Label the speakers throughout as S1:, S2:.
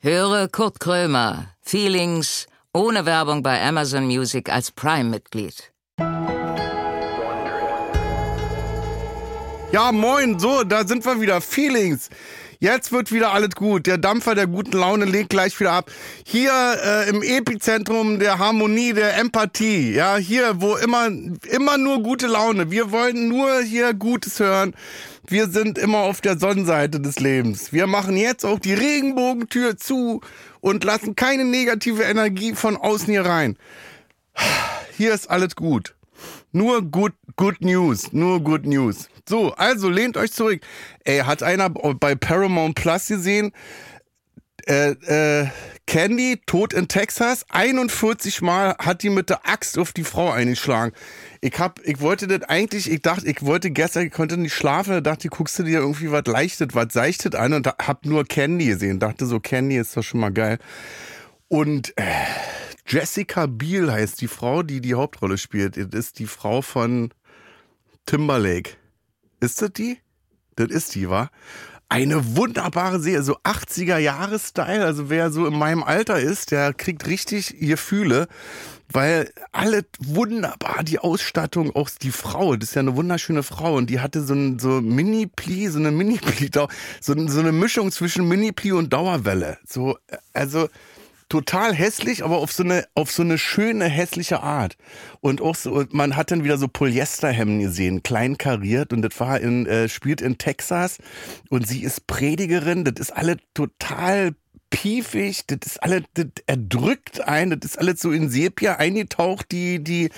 S1: Höre Kurt Krömer, Feelings, ohne Werbung bei Amazon Music als Prime-Mitglied.
S2: Ja, moin, so, da sind wir wieder. Feelings. Jetzt wird wieder alles gut. Der Dampfer der guten Laune legt gleich wieder ab. Hier äh, im Epizentrum der Harmonie, der Empathie. Ja, hier, wo immer, immer nur gute Laune. Wir wollen nur hier Gutes hören. Wir sind immer auf der Sonnenseite des Lebens. Wir machen jetzt auch die Regenbogentür zu und lassen keine negative Energie von außen hier rein. Hier ist alles gut. Nur good, good News, nur Good News. So, also lehnt euch zurück. Ey, hat einer bei Paramount Plus gesehen? Äh, äh, Candy, tot in Texas, 41 Mal hat die mit der Axt auf die Frau eingeschlagen. Ich hab, ich wollte das eigentlich, ich dachte, ich wollte gestern, ich konnte nicht schlafen, da dachte ich, guckst du dir irgendwie was leichtet, was seichtet an und da, hab nur Candy gesehen. Dachte so, Candy ist doch schon mal geil. Und äh, Jessica Biel heißt die Frau, die die Hauptrolle spielt. Das ist die Frau von Timberlake. Ist das die? Das ist die, wa? Eine wunderbare Serie, so 80er-Jahres-Style. Also wer so in meinem Alter ist, der kriegt richtig Gefühle, weil alle wunderbar die Ausstattung, auch die Frau, das ist ja eine wunderschöne Frau und die hatte so ein so Mini-Pli, so eine Mini-Pli, so, so eine Mischung zwischen Mini-Pli und Dauerwelle. So, also total hässlich, aber auf so eine auf so eine schöne hässliche Art. Und auch so, und man hat dann wieder so Polyesterhemden gesehen, klein kariert und das war in äh, spielt in Texas und sie ist Predigerin, das ist alle total piefig, das ist alle das erdrückt ein, das ist alles so in Sepia eingetaucht, die die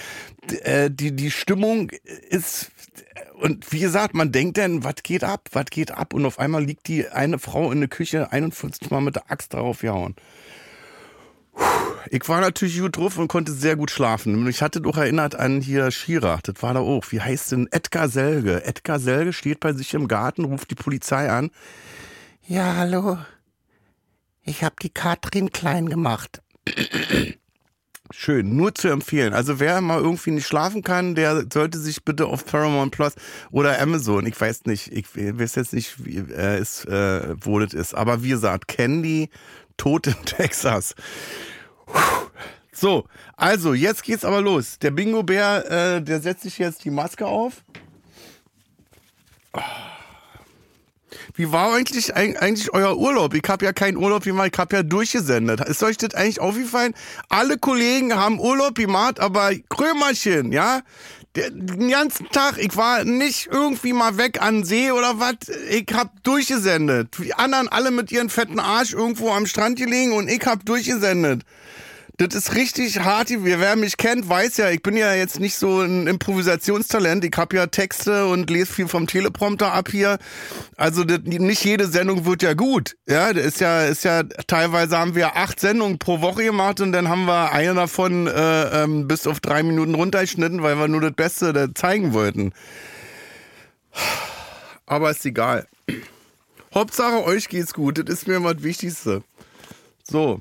S2: äh, die die Stimmung ist und wie gesagt, man denkt dann, was geht ab, was geht ab und auf einmal liegt die eine Frau in der Küche 41 mal mit der Axt darauf gehauen. Ich war natürlich gut drauf und konnte sehr gut schlafen. Ich hatte doch erinnert an hier Schirach. Das war da auch. Wie heißt denn Edgar Selge? Edgar Selge steht bei sich im Garten, ruft die Polizei an. Ja, hallo. Ich habe die Katrin klein gemacht. Schön, nur zu empfehlen. Also wer mal irgendwie nicht schlafen kann, der sollte sich bitte auf Paramount Plus oder Amazon, ich weiß nicht, ich weiß jetzt nicht, wie äh, ist, äh, wo das ist. Aber wie gesagt, Candy, tot in Texas. Puh. So, also jetzt geht's aber los. Der Bingo-Bär, äh, der setzt sich jetzt die Maske auf. Wie war eigentlich eigentlich euer Urlaub? Ich habe ja keinen Urlaub gemacht, ich habe ja durchgesendet. Ist euch das eigentlich aufgefallen? Alle Kollegen haben Urlaub gemacht, aber Krömerchen, ja? Den ganzen Tag, ich war nicht irgendwie mal weg an See oder was. Ich hab durchgesendet. Die anderen alle mit ihren fetten Arsch irgendwo am Strand gelegen und ich hab durchgesendet. Das ist richtig hart. Wer wer mich kennt, weiß ja, ich bin ja jetzt nicht so ein Improvisationstalent. Ich habe ja Texte und lese viel vom Teleprompter ab hier. Also das, nicht jede Sendung wird ja gut. Ja, das ist ja, ist ja teilweise haben wir acht Sendungen pro Woche gemacht und dann haben wir eine davon äh, ähm, bis auf drei Minuten runtergeschnitten, weil wir nur das Beste da zeigen wollten. Aber ist egal. Hauptsache euch geht's gut. Das ist mir mal das Wichtigste. So.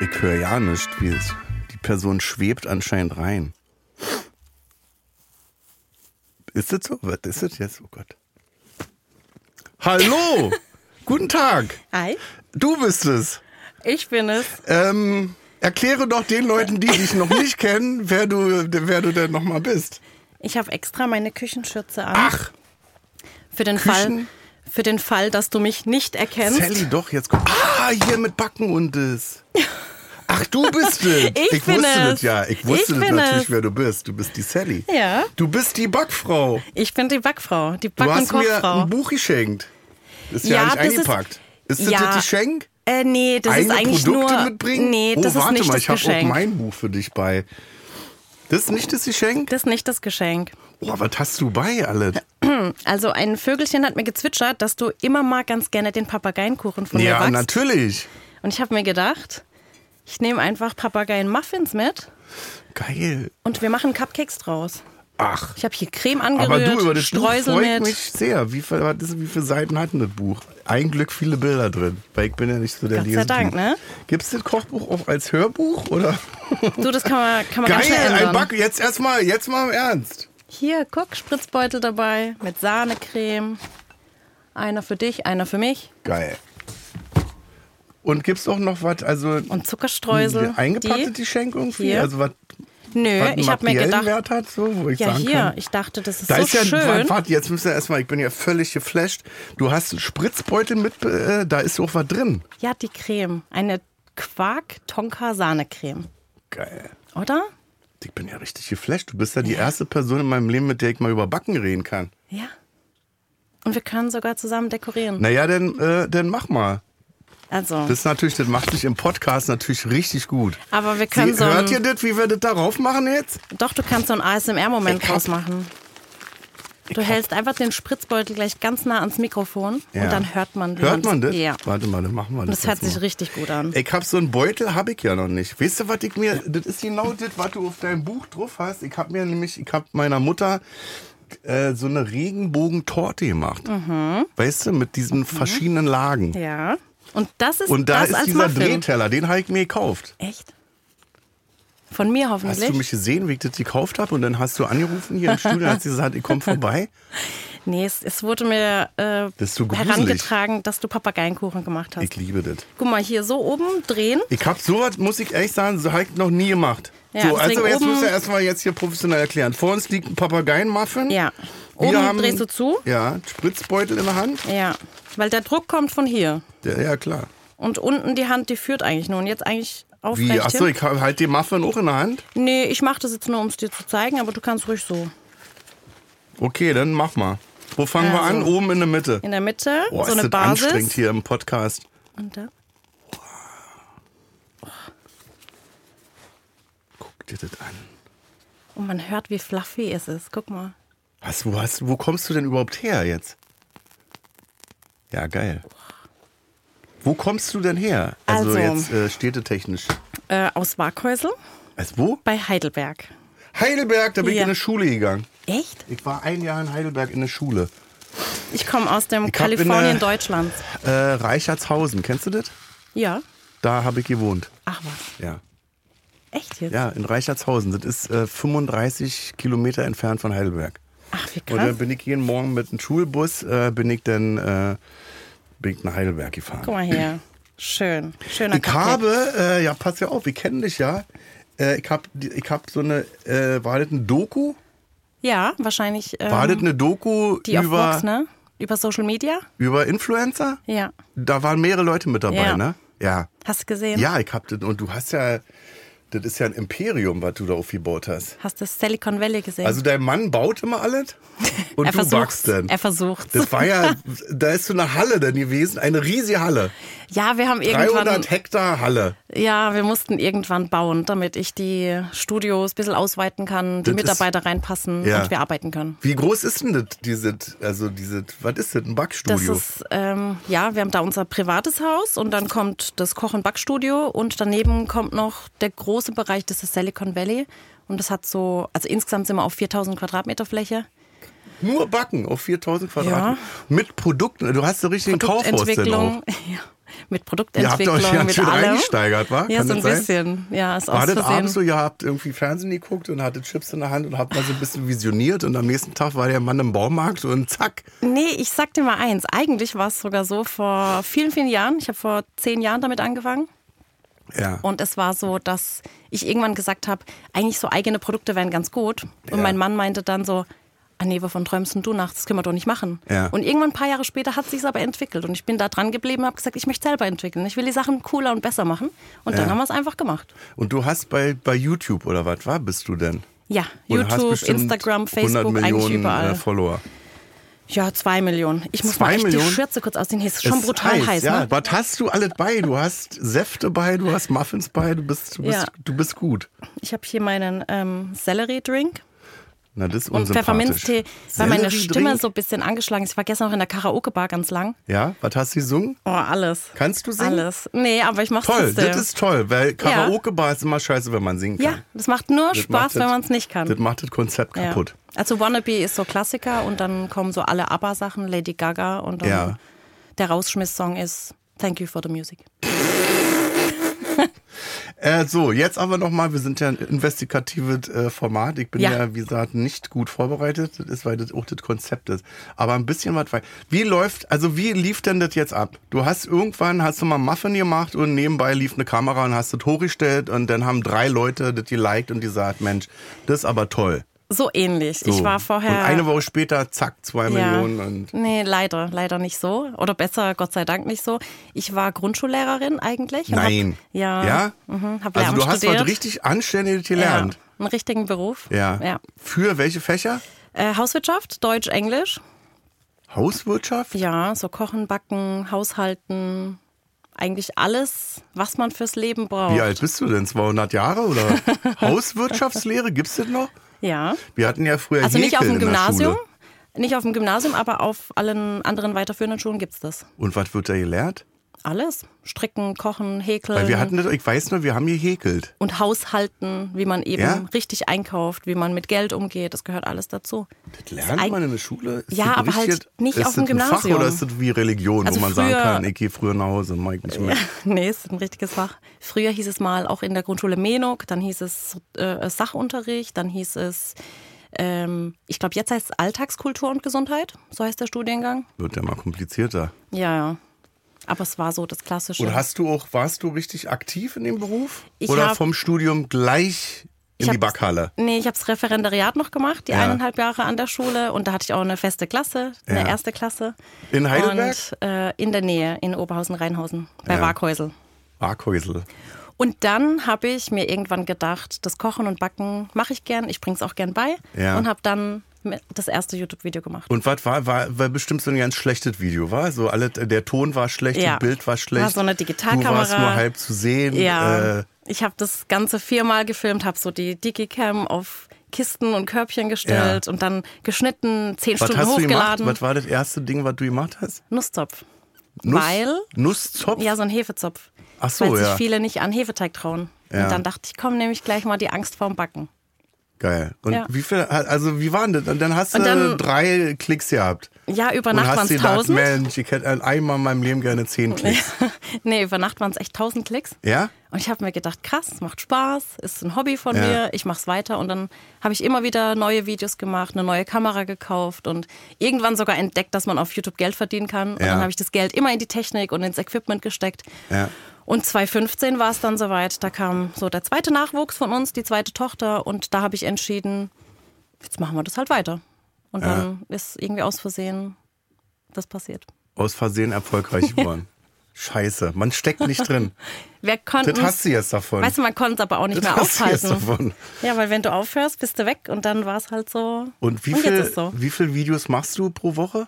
S2: Ich höre ja nichts. Wie es, die Person schwebt anscheinend rein. Ist das so? Was ist das jetzt? Oh Gott. Hallo! Guten Tag!
S3: Hi,
S2: Du bist es.
S3: ich bin es.
S2: Ähm, erkläre doch den Leuten, die dich noch nicht kennen, wer du, wer du denn nochmal bist.
S3: Ich habe extra meine Küchenschürze an.
S2: Ach,
S3: für den
S2: Küchen-
S3: Fall, für den Fall, dass du mich nicht erkennst.
S2: Sally, doch, jetzt kommt. Ah, hier mit Backen und es. Ach, du bist es.
S3: Ich bin
S2: wusste
S3: es.
S2: das ja. Ich
S3: Ich
S2: wusste das
S3: bin
S2: natürlich,
S3: es.
S2: wer du bist. Du bist die Sally.
S3: Ja.
S2: Du bist die Backfrau.
S3: Ich bin die Backfrau, die
S2: Du
S3: Back- und
S2: hast mir
S3: Kochfrau.
S2: ein Buch geschenkt. Ist ja,
S3: Ja,
S2: nicht
S3: das ist-
S2: eingepackt. Ist, das
S3: Ja.
S2: das Geschenk?
S3: Äh, nee, das
S2: eigene
S3: ist eigentlich
S2: Produkte
S3: nur.
S2: mitbringen?
S3: Nee, das
S2: oh,
S3: ist
S2: warte
S3: nicht
S2: mal,
S3: das
S2: ich habe auch
S3: Geschenk.
S2: mein Buch für dich bei. Das ist nicht das Geschenk?
S3: Das ist nicht das Geschenk.
S2: Oh, was hast du bei alles?
S3: Also ein Vögelchen hat mir gezwitschert, dass du immer mal ganz gerne den Papageienkuchen von
S2: Ja,
S3: mir backst.
S2: natürlich.
S3: Und ich habe mir gedacht, ich nehme einfach Papageien-Muffins mit
S2: Geil.
S3: und wir machen Cupcakes draus.
S2: Ach.
S3: Ich habe hier Creme
S2: Aber
S3: angerührt,
S2: du, über das Buch
S3: Streusel
S2: freut
S3: mit.
S2: mich sehr. Wie viele, was ist- wie viele Seiten hat denn das Buch? Ein Glück viele Bilder drin, weil ich bin ja nicht so der
S3: Gott sei Dank, ne?
S2: Gibt es das Kochbuch auch als Hörbuch? Oder?
S3: Du, das kann man, kann man ganz schnell
S2: Geil, ein
S3: ändern.
S2: Back. Jetzt erstmal, jetzt mal im Ernst.
S3: Hier, guck, Spritzbeutel dabei mit Sahnecreme. Einer für dich, einer für mich
S2: Geil. Und gibt's auch noch was, also
S3: und Zuckerstreusel.
S2: die eingepackte
S3: Die?
S2: die Schenk irgendwie?
S3: Hier.
S2: Also was
S3: Nö,
S2: was einen
S3: ich habe mir
S2: materiellen
S3: gedacht,
S2: Wert hat, so, wo ich
S3: ja
S2: sagen
S3: hier,
S2: kann.
S3: ich dachte, das ist
S2: Da
S3: so
S2: ist ja,
S3: schön.
S2: warte, warte, jetzt müssen wir erstmal, ich bin ja völlig geflasht. Du hast einen Spritzbeutel mit, äh, da ist auch was drin.
S3: Ja, die Creme, eine Quark-Tonka-Sahnecreme,
S2: Geil.
S3: oder?
S2: Ich bin ja richtig geflasht. Du bist ja die erste Person in meinem Leben, mit der ich mal über Backen reden kann.
S3: Ja. Und wir können sogar zusammen dekorieren.
S2: Naja, dann, äh, dann mach mal.
S3: Also,
S2: Das ist natürlich, das macht dich im Podcast natürlich richtig gut.
S3: aber wir können
S2: Sie,
S3: so
S2: hört ihr
S3: ein,
S2: das, wie wir das darauf machen jetzt?
S3: doch du kannst so einen ASMR-Moment
S2: Ich hab-
S3: draus machen. Du hältst einfach den Spritzbeutel gleich ganz nah ans Mikrofon
S2: Ja.
S3: und dann hört man
S2: Hört
S3: jemand-
S2: man das?
S3: Ja.
S2: Warte mal, dann machen wir das.
S3: Das hört
S2: jetzt
S3: sich
S2: mal.
S3: richtig gut an.
S2: Ich hab so einen Beutel, hab ich ja noch nicht. Weißt du, was ich mir, das ist genau das, was du auf deinem Buch drauf hast. Ich hab mir nämlich, ich hab meiner Mutter äh, so eine Regenbogentorte gemacht. Weißt du, mit diesen verschiedenen Lagen.
S3: Mhm. Ja. Und das ist
S2: Und da
S3: das
S2: ist
S3: als
S2: dieser
S3: Muffin.
S2: Drehteller, den hab ich mir gekauft.
S3: Echt? Von mir
S2: Hast
S3: hoffentlich.
S2: du mich gesehen, wie ich das gekauft hab? Und dann hast du angerufen hier im Studio und hast gesagt, ich komm vorbei.
S3: nee, es, es wurde mir äh,
S2: Das ist so gruselig.
S3: herangetragen, dass du Papageienkuchen gemacht hast.
S2: Ich liebe das.
S3: Guck mal, hier so oben drehen.
S2: Ich hab sowas, muss ich ehrlich sagen, so hab ich noch nie gemacht.
S3: Ja,
S2: so,
S3: deswegen
S2: also jetzt
S3: oben-
S2: müsst ihr erstmal jetzt hier professionell erklären. Vor uns liegt ein Papageienmuffin.
S3: Ja.
S2: Wir
S3: Oben
S2: haben-
S3: drehst du zu.
S2: Ja, Spritzbeutel in der Hand.
S3: Ja. Weil der Druck kommt von hier.
S2: Ja, ja klar.
S3: Und unten die Hand, die führt eigentlich nur. Und jetzt eigentlich aufrecht
S2: Wie? Achso,
S3: hin.
S2: ich hab halt den Muffin auch in der Hand.
S3: Nee, ich mache das jetzt nur, um es dir zu zeigen, aber du kannst ruhig so.
S2: Okay, dann mach mal. Wo fangen wir an?
S3: Also.
S2: Oben in der Mitte.
S3: In der Mitte,
S2: Boah,
S3: so
S2: ist
S3: eine
S2: das
S3: Basis.
S2: anstrengend hier im Podcast.
S3: Und dann.
S2: Guck dir das an.
S3: Und man hört, wie fluffy es ist. Guck mal.
S2: Was, wo, hast, wo kommst du denn überhaupt her jetzt? Ja, geil. Wo kommst du denn her? Also,
S3: Also.
S2: jetzt äh, städtetechnisch.
S3: Äh, aus Waghäusel
S2: Als wo?
S3: bei Heidelberg.
S2: Heidelberg, da bin ich
S3: Ja.
S2: in eine Schule gegangen.
S3: Echt?
S2: Ich war ein Jahr in Heidelberg in der Schule.
S3: Ich komme aus dem
S2: hab in
S3: Kalifornien
S2: der-
S3: Deutschlands.
S2: Äh, Reichertshausen, kennst du das?
S3: Ja.
S2: Da habe ich gewohnt.
S3: Ach was.
S2: Ja.
S3: Echt jetzt?
S2: Ja, in Reichertshausen. Das ist äh, 35 Kilometer entfernt von Heidelberg.
S3: Ach, wie
S2: Und dann
S3: krass.
S2: bin ich jeden Morgen mit einem Schulbus, äh, bin ich dann äh, bin ich nach Heidelberg gefahren.
S3: Guck mal her. Schön. Schöner
S2: Ich habe, äh, ja, pass ja auf, wir kennen dich ja. Äh, ich habe ich hab so eine, äh, war das ein Doku?
S3: Ja, wahrscheinlich ähm,
S2: War das eine Doku
S3: die auf
S2: über,
S3: Vox, ne? Über Social Media?
S2: über Influencer?
S3: Ja.
S2: Da waren mehrere Leute mit dabei,
S3: Ja.
S2: ne? Ja.
S3: Hast du gesehen?
S2: Ja, ich hab das. Und du hast ja. Das ist ja ein Imperium, was du da aufgebaut hast.
S3: Hast du Silicon Valley gesehen?
S2: Also dein Mann baut immer alles und
S3: er
S2: du
S3: versucht's.
S2: backst dann.
S3: Er versucht's.
S2: Das war ja, da ist so eine Halle dann gewesen, eine riesige Halle.
S3: ja, wir haben irgendwann
S2: 300 Hektar Halle.
S3: Ja, wir mussten irgendwann bauen, damit ich die Studios ein bisschen ausweiten kann, die
S2: Das ist-
S3: Mitarbeiter reinpassen
S2: Ja.
S3: und wir arbeiten können.
S2: Wie groß ist denn das, dieses, also dieses, was ist das, ein
S3: Das
S2: Backstudio?
S3: ist, ähm, ja, wir haben da unser privates Haus und dann kommt das Koch- und Backstudio und daneben kommt noch der große Bereich, das ist Silicon Valley. Und das hat so, also insgesamt sind wir auf 4000 Quadratmeter Fläche.
S2: Nur Backen auf 4000 Quadratmeter. Mit Produkten, du hast so richtig ein Kaufhaus denn auch.
S3: Produktentwicklung, ja, mit
S2: Ihr habt euch
S3: Produktentwicklung,
S2: ganz
S3: mit
S2: schön
S3: allem.
S2: reingesteigert, wa?
S3: Ja,
S2: Kann
S3: so ein
S2: das sein?
S3: bisschen. Ja, ist
S2: War
S3: aus
S2: das abends so,
S3: Versehen.
S2: ihr habt irgendwie Fernsehen geguckt und hattet Chips in der Hand und habt mal so ein bisschen visioniert und am nächsten Tag war der Mann im Baumarkt und zack.
S3: Nee, ich sag dir mal eins. Eigentlich war es sogar so vor vielen, vielen Jahren. Ich habe vor zehn Jahren damit angefangen.
S2: Ja.
S3: Und es war so, dass ich irgendwann gesagt habe, eigentlich so eigene Produkte wären ganz gut. Und
S2: Ja.
S3: mein Mann meinte dann so, ah nee, wovon träumst denn du nachts? Das können wir doch nicht machen.
S2: Ja.
S3: Und irgendwann ein paar Jahre später hat sich's aber entwickelt. Und ich bin da dran geblieben und habe gesagt, ich möchte selber entwickeln. Ich will die Sachen cooler und besser machen. Und
S2: Ja.
S3: dann haben wir es einfach gemacht.
S2: Und du hast bei, bei YouTube oder was war bist du denn?
S3: Ja,
S2: Und hast
S3: YouTube,
S2: bestimmt
S3: Instagram,
S2: 100
S3: Facebook, eigentlich
S2: Millionen äh,
S3: überall.
S2: Follower.
S3: Ja, zwei Millionen. Ich muss
S2: Zwei
S3: mal echt
S2: Millionen?
S3: die Schürze kurz ausziehen. Hier ist schon
S2: Es
S3: brutal heiß,
S2: ja.
S3: ne?
S2: Was hast du alles bei? Du hast Säfte bei, du hast Muffins bei, du bist, du bist,
S3: Ja.
S2: du bist gut.
S3: Ich habe hier meinen ähm, Celery-Drink
S2: Na, das ist
S3: und Pfefferminztee, weil meine Stimme
S2: Sellerie-Drink?
S3: so ein bisschen angeschlagen ist. Ich war gestern noch in der Karaoke-Bar ganz lang.
S2: Ja, was hast du gesungen?
S3: Oh, alles.
S2: Kannst du singen?
S3: Alles. Nee, aber ich mach's
S2: Toll,
S3: trotzdem.
S2: das ist toll, weil Karaoke-Bar ist immer scheiße, wenn man singen
S3: ja,
S2: kann.
S3: das macht nur
S2: Das
S3: Spaß,
S2: macht das-
S3: wenn man es nicht kann.
S2: Das macht das Konzept
S3: Ja.
S2: kaputt.
S3: Also Wannabe ist so Klassiker und dann kommen so alle ABBA-Sachen, Lady Gaga und dann
S2: Ja.
S3: der Rausschmiss-Song ist Thank You for the Music.
S2: Äh, so, jetzt aber nochmal, wir sind ja ein investigatives äh, Format. Ich bin ja.
S3: Ja.
S2: wie gesagt, nicht gut vorbereitet. Das ist, weil das auch das Konzept ist. Aber ein bisschen was wei- Wie läuft, also wie lief denn das jetzt ab? Du hast irgendwann, hast du mal einen Muffin gemacht und nebenbei lief eine Kamera und hast das hochgestellt und dann haben drei Leute das geliked und die sagt, Mensch, das ist aber toll.
S3: So ähnlich.
S2: So.
S3: Ich war vorher.
S2: Und eine Woche später, zack, zwei Millionen und...
S3: Nee, leider, leider nicht so. Oder besser, Gott sei Dank nicht so. Ich war Grundschullehrerin eigentlich. und
S2: Nein.
S3: Hab, ja.
S2: ja?
S3: Mhm, hab
S2: also
S3: Lehramt
S2: du hast
S3: studiert.
S2: was richtig anständiges gelernt.
S3: Ja, einen richtigen Beruf.
S2: Ja. Für welche Fächer?
S3: Äh, Hauswirtschaft, Deutsch, Englisch.
S2: Hauswirtschaft?
S3: Ja, so Kochen, Backen, Haushalten. Eigentlich alles, was man fürs Leben braucht.
S2: Wie alt bist du denn? 200 Jahre oder? Hauswirtschaftslehre, gibt's das noch?
S3: Ja.
S2: Wir hatten ja früher
S3: Also nicht auf
S2: Häkeln
S3: dem
S2: in der
S3: Gymnasium.
S2: Schule.
S3: Nicht auf dem Gymnasium, aber auf allen anderen weiterführenden Schulen gibt es das.
S2: Und was wird da gelehrt?
S3: Alles. Stricken, Kochen, Häkeln.
S2: Weil wir hatten das, ich weiß nur, wir haben gehäkelt.
S3: und Haushalten, wie man eben
S2: Ja?
S3: richtig einkauft, wie man mit Geld umgeht, das gehört alles dazu.
S2: Das lernt
S3: eig-
S2: man in der Schule? Ist
S3: Ja,
S2: das
S3: aber halt
S2: richtig-
S3: nicht
S2: ist
S3: auf dem
S2: das ein Fach
S3: Gymnasium.
S2: oder ist das wie Religion,
S3: Also
S2: wo man sagen
S3: früher- Äh.
S2: kann, ich gehe früher nach Hause, mach ich nicht mehr.
S3: nee, ist ein richtiges Fach. Früher hieß es mal auch in der Grundschule Menok, dann hieß es äh, Sachunterricht, dann hieß es, ähm, ich glaube, jetzt heißt es Alltagskultur und Gesundheit, so heißt der Studiengang.
S2: Wird ja mal komplizierter.
S3: Ja, ja. Aber es war so das Klassische.
S2: Und hast du auch, warst du richtig aktiv in dem Beruf?
S3: Ich
S2: oder
S3: hab-
S2: vom Studium gleich
S3: Ich
S2: in die
S3: hab-
S2: Backhalle?
S3: Nee, ich habe das Referendariat noch gemacht, die
S2: Ja.
S3: eineinhalb Jahre an der Schule. Und da hatte ich auch eine feste Klasse, eine
S2: Ja.
S3: erste Klasse.
S2: In Heidelberg?
S3: Und äh, in der Nähe, in Oberhausen-Rheinhausen, bei
S2: Ja.
S3: Waaghäusel.
S2: Ah, Barkhäusel.
S3: Und dann habe ich mir irgendwann gedacht, das Kochen und Backen mache ich gern, ich bringe es auch gern bei.
S2: Ja.
S3: Und habe dann mit- das erste YouTube-Video gemacht.
S2: Und was war, war, war bestimmt so ein ganz schlechtes Video, war? So alle, der Ton war schlecht,
S3: Ja.
S2: das Bild war schlecht.
S3: War so eine
S2: Du warst
S3: Digitalkamera.
S2: nur halb zu sehen.
S3: Ja.
S2: Äh,
S3: ich habe das Ganze viermal gefilmt, habe so die Digicam auf Kisten und Körbchen gestellt und dann geschnitten, zehn
S2: was
S3: Stunden
S2: hast du gemacht?
S3: hochgeladen.
S2: Was war das erste Ding, was du gemacht hast?
S3: Nusszopf.
S2: Nuss,
S3: Weil
S2: Nusszopf?
S3: Ja, so ein Hefezopf.
S2: Ach so,
S3: Weil sich
S2: ja.
S3: viele nicht an Hefeteig trauen.
S2: Ja.
S3: Und dann dachte ich, komm, nehme ich gleich mal die Angst vorm Backen.
S2: Geil. Und
S3: Ja.
S2: wie viel, also wie waren das? Und dann hast
S3: Und
S2: du
S3: dann-
S2: drei Klicks gehabt.
S3: Ja, über
S2: Und
S3: Nacht
S2: hast
S3: waren
S2: dir
S3: es
S2: gedacht,
S3: 1000.
S2: Mensch, ich hätte einmal in meinem Leben gerne zehn Klicks.
S3: nee, über Nacht waren es echt 1000 Klicks.
S2: Ja?
S3: Und ich habe mir gedacht, krass, macht Spaß, ist ein Hobby von
S2: Ja.
S3: mir, ich mach's weiter. Und dann habe ich immer wieder neue Videos gemacht, eine neue Kamera gekauft und irgendwann sogar entdeckt, dass man auf YouTube Geld verdienen kann. Und
S2: Ja.
S3: dann habe ich das Geld immer in die Technik und ins Equipment gesteckt.
S2: Ja.
S3: Und 2015 war es dann soweit. Da kam so der zweite Nachwuchs von uns, die zweite Tochter. Und da habe ich entschieden, jetzt machen wir das halt weiter. Und dann ist irgendwie aus Versehen das passiert.
S2: Aus Versehen erfolgreich geworden. Scheiße, man steckt nicht drin.
S3: Wir konnten.
S2: Das hast du jetzt davon.
S3: Weißt du, man konnte es aber auch nicht
S2: das
S3: mehr
S2: hast du jetzt
S3: aufhalten.
S2: davon.
S3: Ja, weil wenn du aufhörst, bist du weg und dann war es halt so.
S2: Und wie
S3: und jetzt
S2: viel,
S3: ist so.
S2: wie viel Videos machst du pro Woche?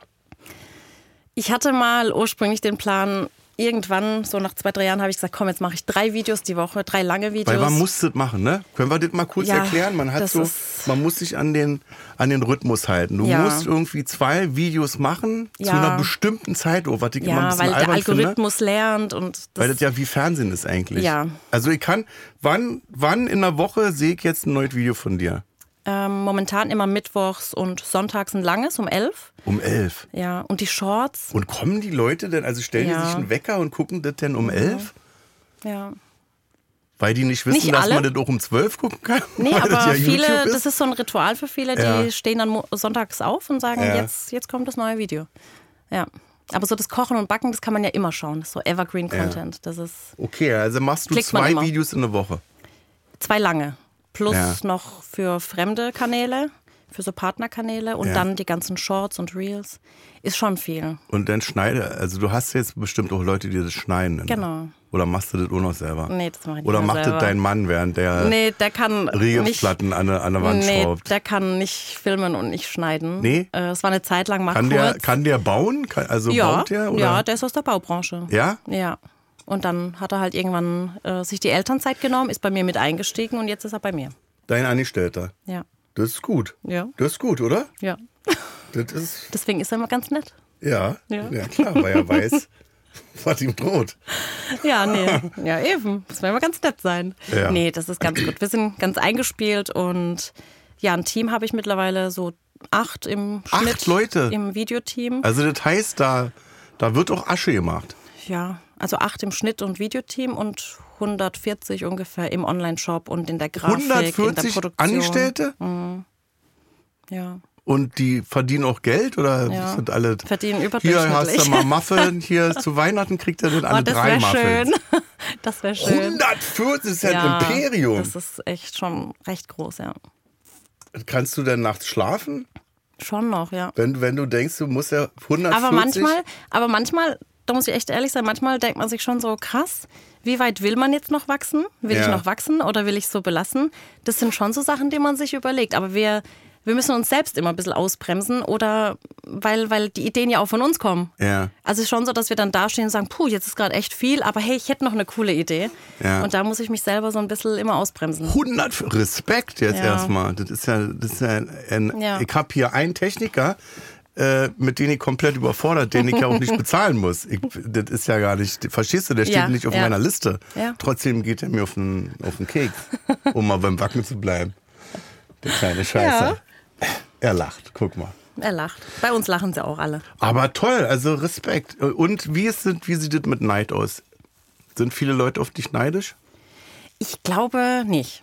S3: Ich hatte mal ursprünglich den Plan, irgendwann, so nach zwei, drei Jahren, habe ich gesagt, komm, jetzt mache ich drei Videos die Woche, drei lange Videos.
S2: Weil man muss das machen, ne? Können wir das mal kurz
S3: Ja,
S2: erklären? Man hat
S3: das
S2: so,
S3: ist-
S2: man muss sich an den, an den Rhythmus halten. Du
S3: Ja.
S2: musst irgendwie zwei Videos machen zu
S3: Ja.
S2: einer bestimmten Zeit, oh, was ich immer ein
S3: ja,
S2: bisschen
S3: weil der
S2: albern finde.
S3: Algorithmus lernt und das,
S2: Weil das ja wie Fernsehen ist eigentlich.
S3: Ja.
S2: Also ich kann, wann, wann in der Woche sehe ich jetzt ein neues Video von dir?
S3: ähm, momentan immer mittwochs und sonntags ein langes um elf.
S2: Um elf.
S3: Ja, und die Shorts.
S2: Und kommen die Leute denn, also stellen
S3: Ja.
S2: die sich einen Wecker und gucken das denn um elf?
S3: Ja.
S2: Weil die nicht wissen,
S3: Nicht
S2: dass man
S3: alle.
S2: das auch um zwölf gucken kann?
S3: Nee,
S2: weil das
S3: aber
S2: ja
S3: viele,
S2: YouTube
S3: das ist so ein Ritual für viele, die
S2: Ja.
S3: stehen dann mo- sonntags auf und sagen,
S2: Ja.
S3: jetzt, jetzt kommt das neue Video. Ja. Aber so das Kochen und Backen, das kann man ja immer schauen. Das ist so Evergreen-Content. Das ist
S2: Okay, also machst du
S3: Klickt man
S2: zwei
S3: immer.
S2: Videos in der Woche.
S3: zwei lange. Plus
S2: Ja.
S3: noch für fremde Kanäle, für so Partnerkanäle und
S2: Ja.
S3: dann die ganzen Shorts und Reels. Ist schon viel.
S2: Und dann schneide, also du hast jetzt bestimmt auch Leute, die das schneiden. ne?
S3: Genau.
S2: Oder machst du das auch noch selber?
S3: Nee, das mache ich nicht
S2: Oder
S3: mehr
S2: macht
S3: selber.
S2: das dein Mann, während der
S3: Nee, der kann
S2: Regelsplatten an der, an der Wand
S3: nicht, nee,
S2: schraubt?
S3: der kann nicht filmen und nicht schneiden.
S2: Nee?
S3: Äh, Es war eine Zeit lang mal
S2: Kann
S3: kurz.
S2: der, kann der bauen? Kann, also
S3: ja,
S2: baut der? Oder?
S3: ja, der ist aus der Baubranche.
S2: Ja?
S3: Ja. Und dann hat er halt irgendwann äh, sich die Elternzeit genommen, ist bei mir mit eingestiegen und jetzt ist er bei mir.
S2: Dein Angestellter.
S3: Ja.
S2: Das ist gut.
S3: Ja.
S2: Das ist gut, oder?
S3: Ja.
S2: Das ist,
S3: Deswegen ist er immer ganz nett.
S2: ja. Ja,
S3: Ja.
S2: klar, weil er weiß, was ihm droht.
S3: Ja, nee. Ja, eben. Muss man immer ganz nett sein.
S2: Ja.
S3: Nee, das ist ganz gut. Wir sind ganz eingespielt und ja, ein Team habe ich mittlerweile so acht im
S2: Acht
S3: Schnitt.
S2: Leute?
S3: Im Videoteam.
S2: Also das heißt, da, da wird auch Asche gemacht.
S3: Ja, also acht im Schnitt und Videoteam und 140 ungefähr im Online-Shop und in der Grafik, in der
S2: 140
S3: Produktion.
S2: Angestellte
S3: Ja.
S2: und die verdienen auch Geld oder
S3: Ja.
S2: sind alle
S3: Verdienen
S2: Hier hast du
S3: überdurchschnittlich.
S2: mal Muffin, hier zu Weihnachten kriegt er dann alle
S3: oh, das
S2: drei
S3: wäre
S2: Muffins.
S3: schön. Das wäre schön.
S2: 140 ist ja, ein Imperium.
S3: Das ist echt schon recht groß, ja.
S2: Kannst du denn nachts schlafen,
S3: Schon noch, ja.
S2: wenn, wenn du denkst, du musst ja 140?
S3: Aber manchmal, aber manchmal, da muss ich echt ehrlich sein, manchmal denkt man sich schon so, krass, wie weit will man jetzt noch wachsen? Will ich
S2: Ja.
S3: noch wachsen oder will ich so belassen? Das sind schon so Sachen, die man sich überlegt. Aber wir, wir müssen uns selbst immer ein bisschen ausbremsen oder weil, weil die Ideen ja auch von uns kommen.
S2: Ja.
S3: Also es ist schon so, dass wir dann dastehen und sagen, puh, jetzt ist gerade echt viel, aber hey, ich hätte noch eine coole Idee.
S2: Ja.
S3: Und da muss ich mich selber so ein bisschen immer ausbremsen.
S2: 100 für- Respekt jetzt
S3: Ja.
S2: erstmal. Das ist ja, das ist ja ein, ein
S3: Ja.
S2: ich habe hier einen Techniker, äh, mit dem ich komplett überfordert, den ich ja auch nicht bezahlen muss. Ich, das ist ja gar nicht, verstehst du, der steht
S3: Ja,
S2: nicht auf
S3: ja.
S2: meiner Liste.
S3: Ja.
S2: Trotzdem geht er mir auf den, auf den Keks, um mal beim Wacken zu bleiben. Der kleine Scheiße. Er lacht, guck mal.
S3: Er lacht. Bei uns lachen sie auch alle.
S2: Aber toll, also Respekt. Und wie, ist, das- wie sieht das mit Neid aus? Sind viele Leute auf dich neidisch?
S3: Ich glaube nicht.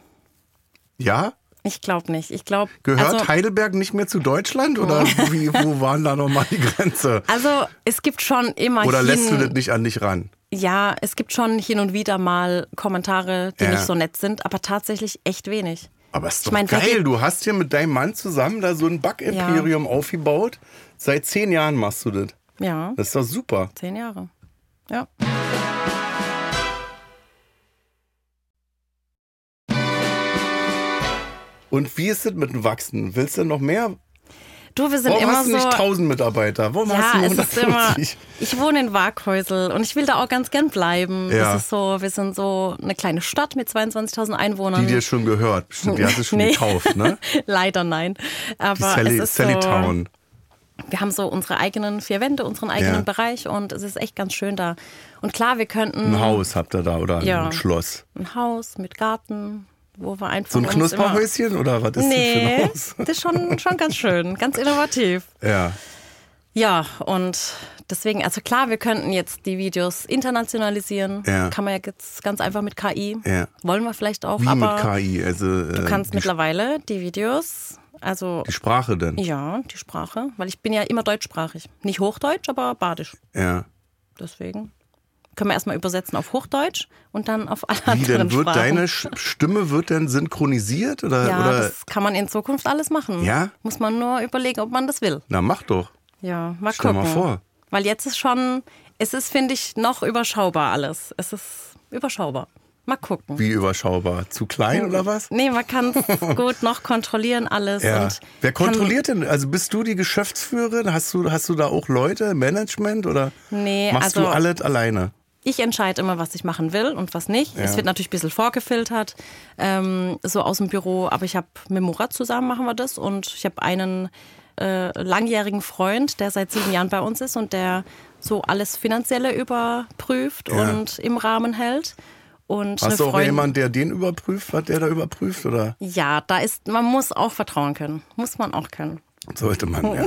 S2: Ja?
S3: Ich glaube nicht. Ich glaube.
S2: Gehört
S3: also, Oh.
S2: Heidelberg nicht mehr zu Deutschland oder wie, wo waren da nochmal die Grenze?
S3: Also es gibt schon immer
S2: Oder
S3: hin,
S2: lässt du das nicht an dich ran?
S3: ja, es gibt schon hin und wieder mal Kommentare, die
S2: Ja.
S3: nicht so nett sind, aber tatsächlich echt wenig.
S2: Aber ist
S3: Ich
S2: doch
S3: mein, wer
S2: geil,
S3: geht-
S2: du hast hier mit deinem Mann zusammen da so ein Backimperium aufgebaut. Seit zehn Jahren machst du das.
S3: Ja,
S2: Das ist doch super.
S3: zehn Jahre. Ja.
S2: Und wie ist das mit dem Wachsen? Willst du noch mehr?
S3: Du, wir sind
S2: Warum
S3: immer
S2: hast du
S3: so.
S2: nicht 1000 Mitarbeiter? Warum hast du
S3: ja,
S2: nur
S3: es ist immer.
S2: 150?
S3: Ich wohne in Waaghäusel und ich will da auch ganz gern bleiben.
S2: Ja.
S3: Das ist so, wir sind so eine kleine Stadt mit 22.000 Einwohnern.
S2: Die dir schon gehört. Bestimmt, die hast du schon
S3: Nee.
S2: gekauft, ne?
S3: Leider nein. Aber
S2: Die Sally,
S3: es ist
S2: Sally
S3: so,
S2: Town.
S3: wir haben so unsere eigenen vier Wände, unseren eigenen
S2: Ja.
S3: Bereich und es ist echt ganz schön da. Und klar, wir könnten
S2: Ein Haus habt ihr da oder
S3: Mhm. Ja.
S2: ein Schloss.
S3: ein Haus mit Garten, wo wir einfach.
S2: So ein
S3: uns immer-
S2: Knusperhäuschen oder was ist
S3: Nee,
S2: das für ein Haus?
S3: das ist schon, schon ganz schön, ganz innovativ.
S2: Ja.
S3: Ja, und deswegen, also klar, wir könnten jetzt die Videos internationalisieren.
S2: Ja.
S3: Kann man ja jetzt ganz einfach mit KI.
S2: Ja.
S3: Wollen wir vielleicht auch,
S2: Wie
S3: aber
S2: mit KI? Also,
S3: du kannst
S2: die,
S3: mittlerweile die Videos, also
S2: die Sprache denn?
S3: ja, die Sprache, weil ich bin ja immer deutschsprachig. Nicht Hochdeutsch, aber Badisch.
S2: Ja.
S3: Deswegen können wir erstmal übersetzen auf Hochdeutsch und dann auf alle
S2: Wie
S3: anderen
S2: denn wird
S3: Sprachen.
S2: deine Sch- Stimme wird denn synchronisiert oder
S3: Ja,
S2: Äh, oder
S3: das kann man in Zukunft alles machen.
S2: Ja?
S3: Muss man nur überlegen, ob man das will.
S2: na mach doch.
S3: Ja, mal
S2: Stell mal
S3: gucken.
S2: vor.
S3: Weil jetzt ist schon, es ist, finde ich, noch überschaubar alles. Es ist überschaubar. Mal gucken.
S2: Wie überschaubar? Zu klein oder was?
S3: Nee, man kann es gut noch kontrollieren alles.
S2: Ja.
S3: Und
S2: Wer
S3: kann-
S2: kontrolliert denn? Also bist du die Geschäftsführerin? Hast du hast du da auch Leute, Management oder
S3: Nee,
S2: machst du
S3: also-
S2: alles alleine?
S3: Ich entscheide immer, was ich machen will und was nicht.
S2: Ja.
S3: Es wird natürlich ein bisschen vorgefiltert, ähm, so aus dem Büro. Aber ich habe mit Murat zusammen machen wir das und ich habe einen äh, langjährigen Freund, der seit sieben Jahren bei uns ist und der so alles Finanzielle überprüft
S2: Ja.
S3: und im Rahmen hält. Und eine
S2: Hast du auch
S3: Freundin-
S2: jemanden, der den überprüft, was der da überprüft oder
S3: Ja, da ist, man muss auch vertrauen können. Muss man auch können.
S2: sollte man? Ja.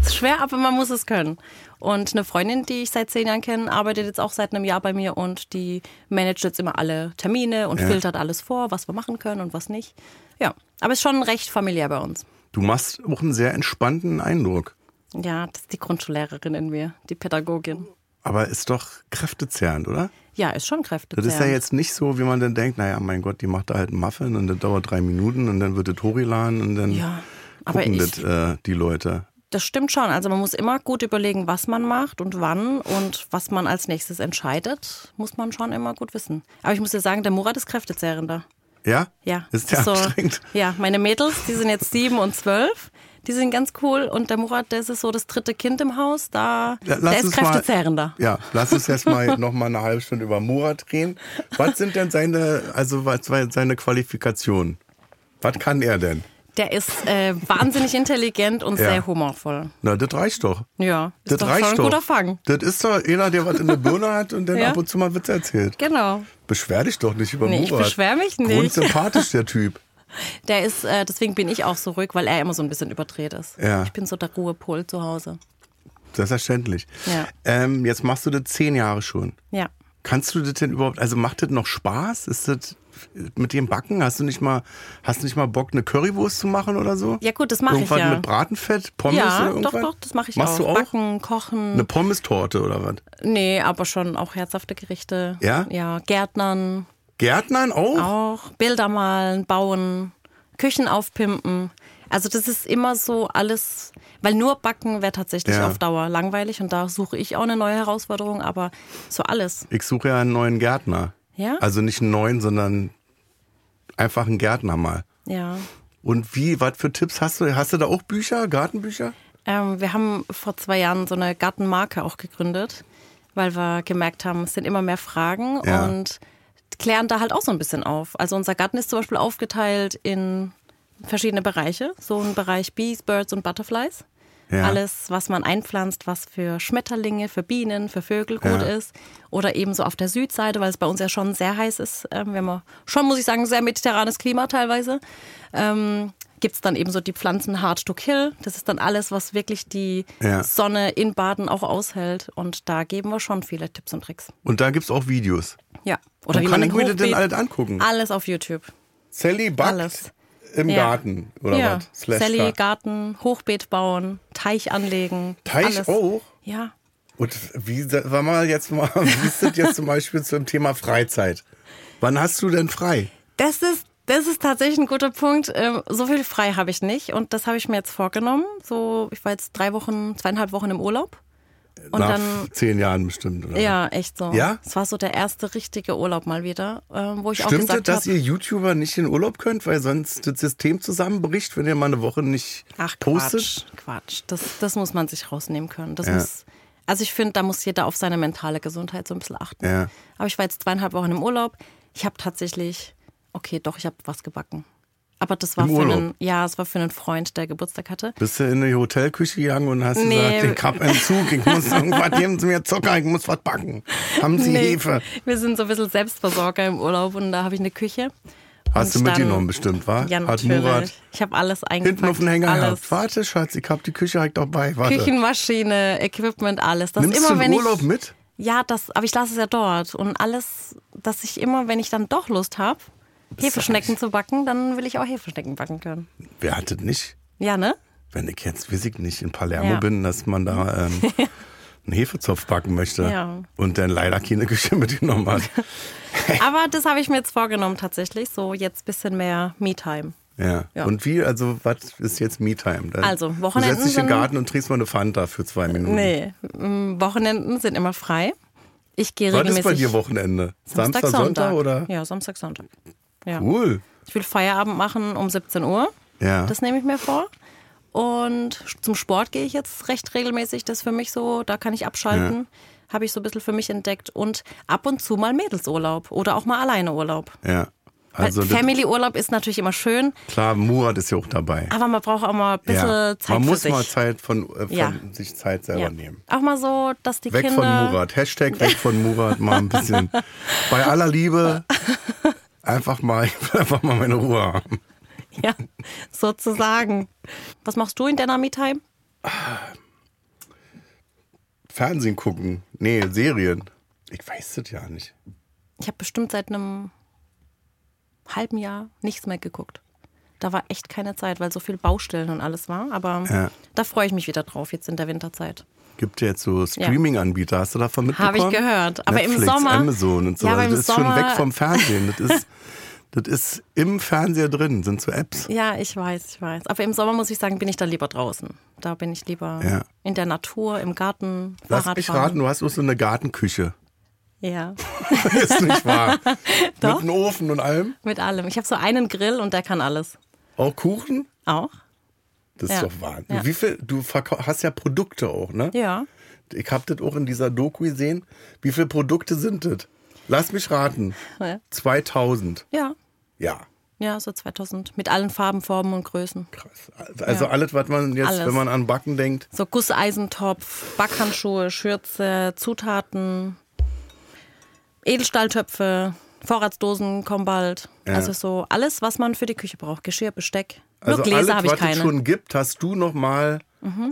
S3: Ist schwer, aber man muss es können. Und eine Freundin, die ich seit zehn Jahren kenne, arbeitet jetzt auch seit einem Jahr bei mir und die managt jetzt immer alle Termine und filtert alles vor, was wir machen können und was nicht. Ja, aber ist schon recht familiär bei uns.
S2: Du machst auch einen sehr entspannten Eindruck,
S3: Ja, das ist die Grundschullehrerin in mir, die Pädagogin.
S2: aber ist doch kräftezehrend, oder?
S3: Ja, ist schon
S2: Das
S3: kräftig.
S2: ist ja jetzt nicht so, wie man dann denkt, naja, mein Gott, die macht da halt einen Muffin und das dauert drei Minuten und dann wird das hochgeladen und dann
S3: Ja, aber
S2: gucken
S3: ich-
S2: das äh, die Leute.
S3: Das stimmt schon. Also man muss immer gut überlegen, was man macht und wann und was man als nächstes entscheidet, muss man schon immer gut wissen. Aber ich muss dir sagen, der Murat ist kräftezehrender.
S2: Ja?
S3: Ja.
S2: Ist der
S3: so,
S2: anstrengend?
S3: Ja, meine Mädels, die sind jetzt sieben und zwölf. Die sind ganz cool. Und der Murat, der ist so das dritte Kind im Haus. Da,
S2: Ja, lass
S3: der ist
S2: uns mal-
S3: kräftezehrender.
S2: Ja, lass uns erstmal nochmal eine halbe Stunde über Murat reden. Was sind denn seine, also was war seine Qualifikationen? Was kann er denn?
S3: Der ist äh, wahnsinnig intelligent und
S2: Ja.
S3: sehr humorvoll.
S2: Na, das reicht doch.
S3: Ja, ist
S2: Das,
S3: doch
S2: reicht
S3: schon ein
S2: doch.
S3: guter Fang.
S2: Das ist doch einer, der was in der Birne hat und dann
S3: Ja.
S2: ab und zu mal Witze erzählt.
S3: Genau.
S2: Beschwer dich doch nicht über
S3: Nee, ich
S2: Murat.
S3: beschwer mich nicht.
S2: Grundsympathisch, der Typ.
S3: Der ist, äh, deswegen bin ich auch so ruhig, weil er immer so ein bisschen überdreht ist.
S2: Ja.
S3: Ich bin so der Ruhepol zu Hause.
S2: Das ist verständlich.
S3: Ja.
S2: Ähm, jetzt machst du das zehn Jahre schon.
S3: Ja.
S2: Kannst du das denn überhaupt, also macht das noch Spaß? Ist das mit dem Backen? Hast du nicht mal, hast du nicht mal Bock, eine Currywurst zu machen oder so?
S3: Ja, gut, das mache ich
S2: irgendwas
S3: ja.
S2: mit Bratenfett, Pommes oder
S3: ja,
S2: irgendwas?
S3: doch, doch, das mache ich
S2: Machst
S3: auch.
S2: du auch? Ne.
S3: Backen, kochen.
S2: Eine Pommes-Torte oder was?
S3: Nee, aber schon auch herzhafte Gerichte.
S2: Ja?
S3: Ja, Gärtnern
S2: Gärtnern auch?
S3: auch, Bilder malen, bauen, Küchen aufpimpen. Also das ist immer so alles, weil nur Backen wäre tatsächlich
S2: Ja.
S3: auf Dauer langweilig und da suche ich auch eine neue Herausforderung, aber so alles.
S2: Ich suche ja einen neuen Gärtner.
S3: Ja?
S2: Also nicht einen neuen, sondern einfach einen Gärtner mal.
S3: Ja.
S2: Und wie, was für Tipps hast du? Hast du da auch Bücher, Gartenbücher?
S3: Ähm, wir haben vor zwei Jahren so eine Gartenmarke auch gegründet, weil wir gemerkt haben, es sind immer mehr Fragen
S2: Ja.
S3: und klären da halt auch so ein bisschen auf. Also unser Garten ist zum Beispiel aufgeteilt in verschiedene Bereiche. So ein Bereich Bees, Birds und Butterflies.
S2: Ja.
S3: Alles, was man einpflanzt, was für Schmetterlinge, für Bienen, für Vögel gut
S2: Ja.
S3: ist. Oder eben so auf der Südseite, weil es bei uns ja schon sehr heiß ist. Ähm, wir haben auch schon, muss ich sagen, sehr mediterranes Klima teilweise ähm, gibt es dann eben so die Pflanzen Hard to Kill. Das ist dann alles, was wirklich die
S2: Ja.
S3: Sonne in Baden auch aushält. Und da geben wir schon viele Tipps und Tricks.
S2: Und da gibt es auch Videos.
S3: Ja.
S2: Wo kann ich
S3: den
S2: mir das denn
S3: hochbeet-
S2: alles angucken?
S3: Alles auf YouTube.
S2: Sally backt
S3: Alles.
S2: im
S3: Ja.
S2: Garten oder
S3: ja.
S2: was? Slash
S3: Sally,
S2: Garten.
S3: Garten, Hochbeet bauen, Teich anlegen.
S2: Teich
S3: alles.
S2: auch?
S3: Ja.
S2: Und wie, sa- sag mal jetzt mal, wie ist das jetzt zum Beispiel zum Thema Freizeit? Wann hast du denn frei?
S3: Das ist, das ist tatsächlich ein guter Punkt. Ähm, So viel frei habe ich nicht und das habe ich mir jetzt vorgenommen. So, ich war jetzt drei Wochen, zweieinhalb Wochen im Urlaub. Und
S2: Nach
S3: dann
S2: zehn Jahren bestimmt, oder?
S3: Ja, echt so.
S2: Ja?
S3: Es war so der erste richtige Urlaub mal wieder, ähm, wo ich auch
S2: Stimmt es,
S3: gesagt
S2: dass
S3: habe,
S2: ihr YouTuber nicht in Urlaub könnt, weil sonst das System zusammenbricht, wenn ihr mal eine Woche nicht
S3: ach
S2: postet?
S3: Quatsch, Quatsch, das, das muss man sich rausnehmen können. Das
S2: Ja.
S3: muss, also ich finde, da muss jeder auf seine mentale Gesundheit so ein bisschen achten.
S2: Ja.
S3: Aber ich war jetzt zweieinhalb Wochen im Urlaub. Ich habe tatsächlich, okay, doch, ich habe was gebacken. Aber das war
S2: Im
S3: für
S2: Urlaub?
S3: einen, ja, es war für einen Freund, der Geburtstag hatte.
S2: Bist du in die Hotelküche gegangen und hast
S3: Nee.
S2: gesagt, ich hab einen Zug, ich muss irgendwas, nehmen Sie mir Zucker, ich muss was backen. Haben Sie
S3: Nee,
S2: Hefe?
S3: Wir sind so ein bisschen Selbstversorger im Urlaub und da habe ich eine Küche.
S2: Hast
S3: Und
S2: du
S3: dann-
S2: mitgenommen bestimmt, wa?
S3: Ja,
S2: Hat
S3: natürlich.
S2: Murat
S3: ich habe alles eingepackt.
S2: hinten auf den Hänger
S3: alles.
S2: gehabt. Warte, Schatz, ich hab die Küche halt dabei. Warte.
S3: Küchenmaschine, Equipment, alles. Das
S2: Nimmst
S3: immer,
S2: du
S3: wenn
S2: den Urlaub
S3: ich,
S2: mit?
S3: Ja, das, aber ich lasse es ja dort. Und alles, dass ich immer, wenn ich dann doch Lust habe, Hefeschnecken zu backen, dann will ich auch Hefeschnecken backen können.
S2: Wer hat das nicht?
S3: Ja, ne?
S2: Wenn ich jetzt, weiß ich nicht, in Palermo
S3: Ja.
S2: bin, dass man da ähm, einen Hefezopf backen möchte
S3: Ja.
S2: und dann leider keine Küche mitgenommen hat.
S3: Aber das habe ich mir jetzt vorgenommen tatsächlich. So jetzt bisschen mehr Me-Time.
S2: Ja.
S3: Ja.
S2: Und wie, also, was ist jetzt Me-Time? Dann
S3: Also,
S2: Du
S3: Wochenenden
S2: setzt dich in den
S3: sind-
S2: Garten und trinkst mal eine Fanta für zwei Minuten.
S3: Nee, m, Wochenenden sind immer frei. Ich gehe
S2: Was ist
S3: regelmäßig.
S2: bei dir Wochenende? Samstag, Sonntag, oder?
S3: Ja, Samstag, Sonntag. Ja.
S2: Cool.
S3: Ich will Feierabend machen um 17 Uhr.
S2: Ja.
S3: Das nehme ich mir vor. Und zum Sport gehe ich jetzt recht regelmäßig. Das ist für mich so, da kann ich abschalten. Habe ich so ein bisschen für mich entdeckt. Und ab und zu mal Mädelsurlaub oder auch mal alleine Urlaub.
S2: ja. Also,
S3: Weil
S2: das,
S3: Family-Urlaub ist natürlich immer schön,
S2: klar, Murat ist ja auch dabei.
S3: aber man braucht auch mal ein bisschen
S2: ja.
S3: Zeit
S2: Man
S3: für
S2: muss
S3: sich.
S2: mal Zeit von, äh, von
S3: Ja.
S2: sich Zeit selber
S3: ja.
S2: nehmen.
S3: Auch mal so, dass die
S2: Weg
S3: Kinder.
S2: von Murat. Hashtag weg von Murat. Mal ein bisschen. Bei aller Liebe. Einfach mal, ich will einfach mal meine Ruhe haben.
S3: Ja, sozusagen. Was machst du in deiner Me-Time?
S2: Fernsehen gucken. Nee, Serien. Ich weiß das ja nicht.
S3: Ich habe bestimmt seit einem halben Jahr nichts mehr geguckt. Da war echt keine Zeit, weil so viel Baustellen und alles war. Aber
S2: Ja.
S3: da freue ich mich wieder drauf, jetzt in der Winterzeit.
S2: Gibt ja jetzt so Streaming-Anbieter. Hast du davon
S3: Habe
S2: mitbekommen?
S3: ich gehört. Aber im
S2: Netflix,
S3: Sommer-
S2: Amazon und so.
S3: Ja, aber
S2: Also
S3: im
S2: das ist schon
S3: Sommer-
S2: weg vom Fernsehen. Das ist, Das ist im Fernseher drin, sind so Apps.
S3: Ja, ich weiß, ich weiß. Aber im Sommer muss ich sagen, bin ich da lieber draußen. Da bin ich lieber
S2: Ja.
S3: in der Natur, im Garten,
S2: Lass mich raten,
S3: Fahrradfahren.
S2: du hast auch so eine Gartenküche.
S3: Ja,
S2: ist nicht wahr. Mit
S3: Doch.
S2: einem Ofen und allem.
S3: mit allem. Ich habe so einen Grill und der kann alles.
S2: Auch Kuchen?
S3: Auch?
S2: Das ist
S3: Ja.
S2: doch Wahnsinn.
S3: Ja.
S2: Wie viel, du verkau- hast ja Produkte auch, ne?
S3: Ja.
S2: Ich hab das auch in dieser Doku gesehen. Wie viele Produkte sind das? Lass mich raten.
S3: Ja.
S2: 2000.
S3: Ja.
S2: Ja,
S3: Ja, so 2000. Mit allen Farben, Formen und Größen.
S2: krass. Also alles, was man jetzt,
S3: Alles.
S2: wenn man an Backen denkt,
S3: So Gusseisentopf, Backhandschuhe, Schürze, Zutaten, Edelstahltöpfe, Vorratsdosen kommen bald.
S2: Ja.
S3: Also so alles, was man für die Küche braucht. Geschirr, Besteck. Nur
S2: also alles,
S3: Gläser habe ich
S2: was es
S3: keine.
S2: schon gibt, hast du nochmal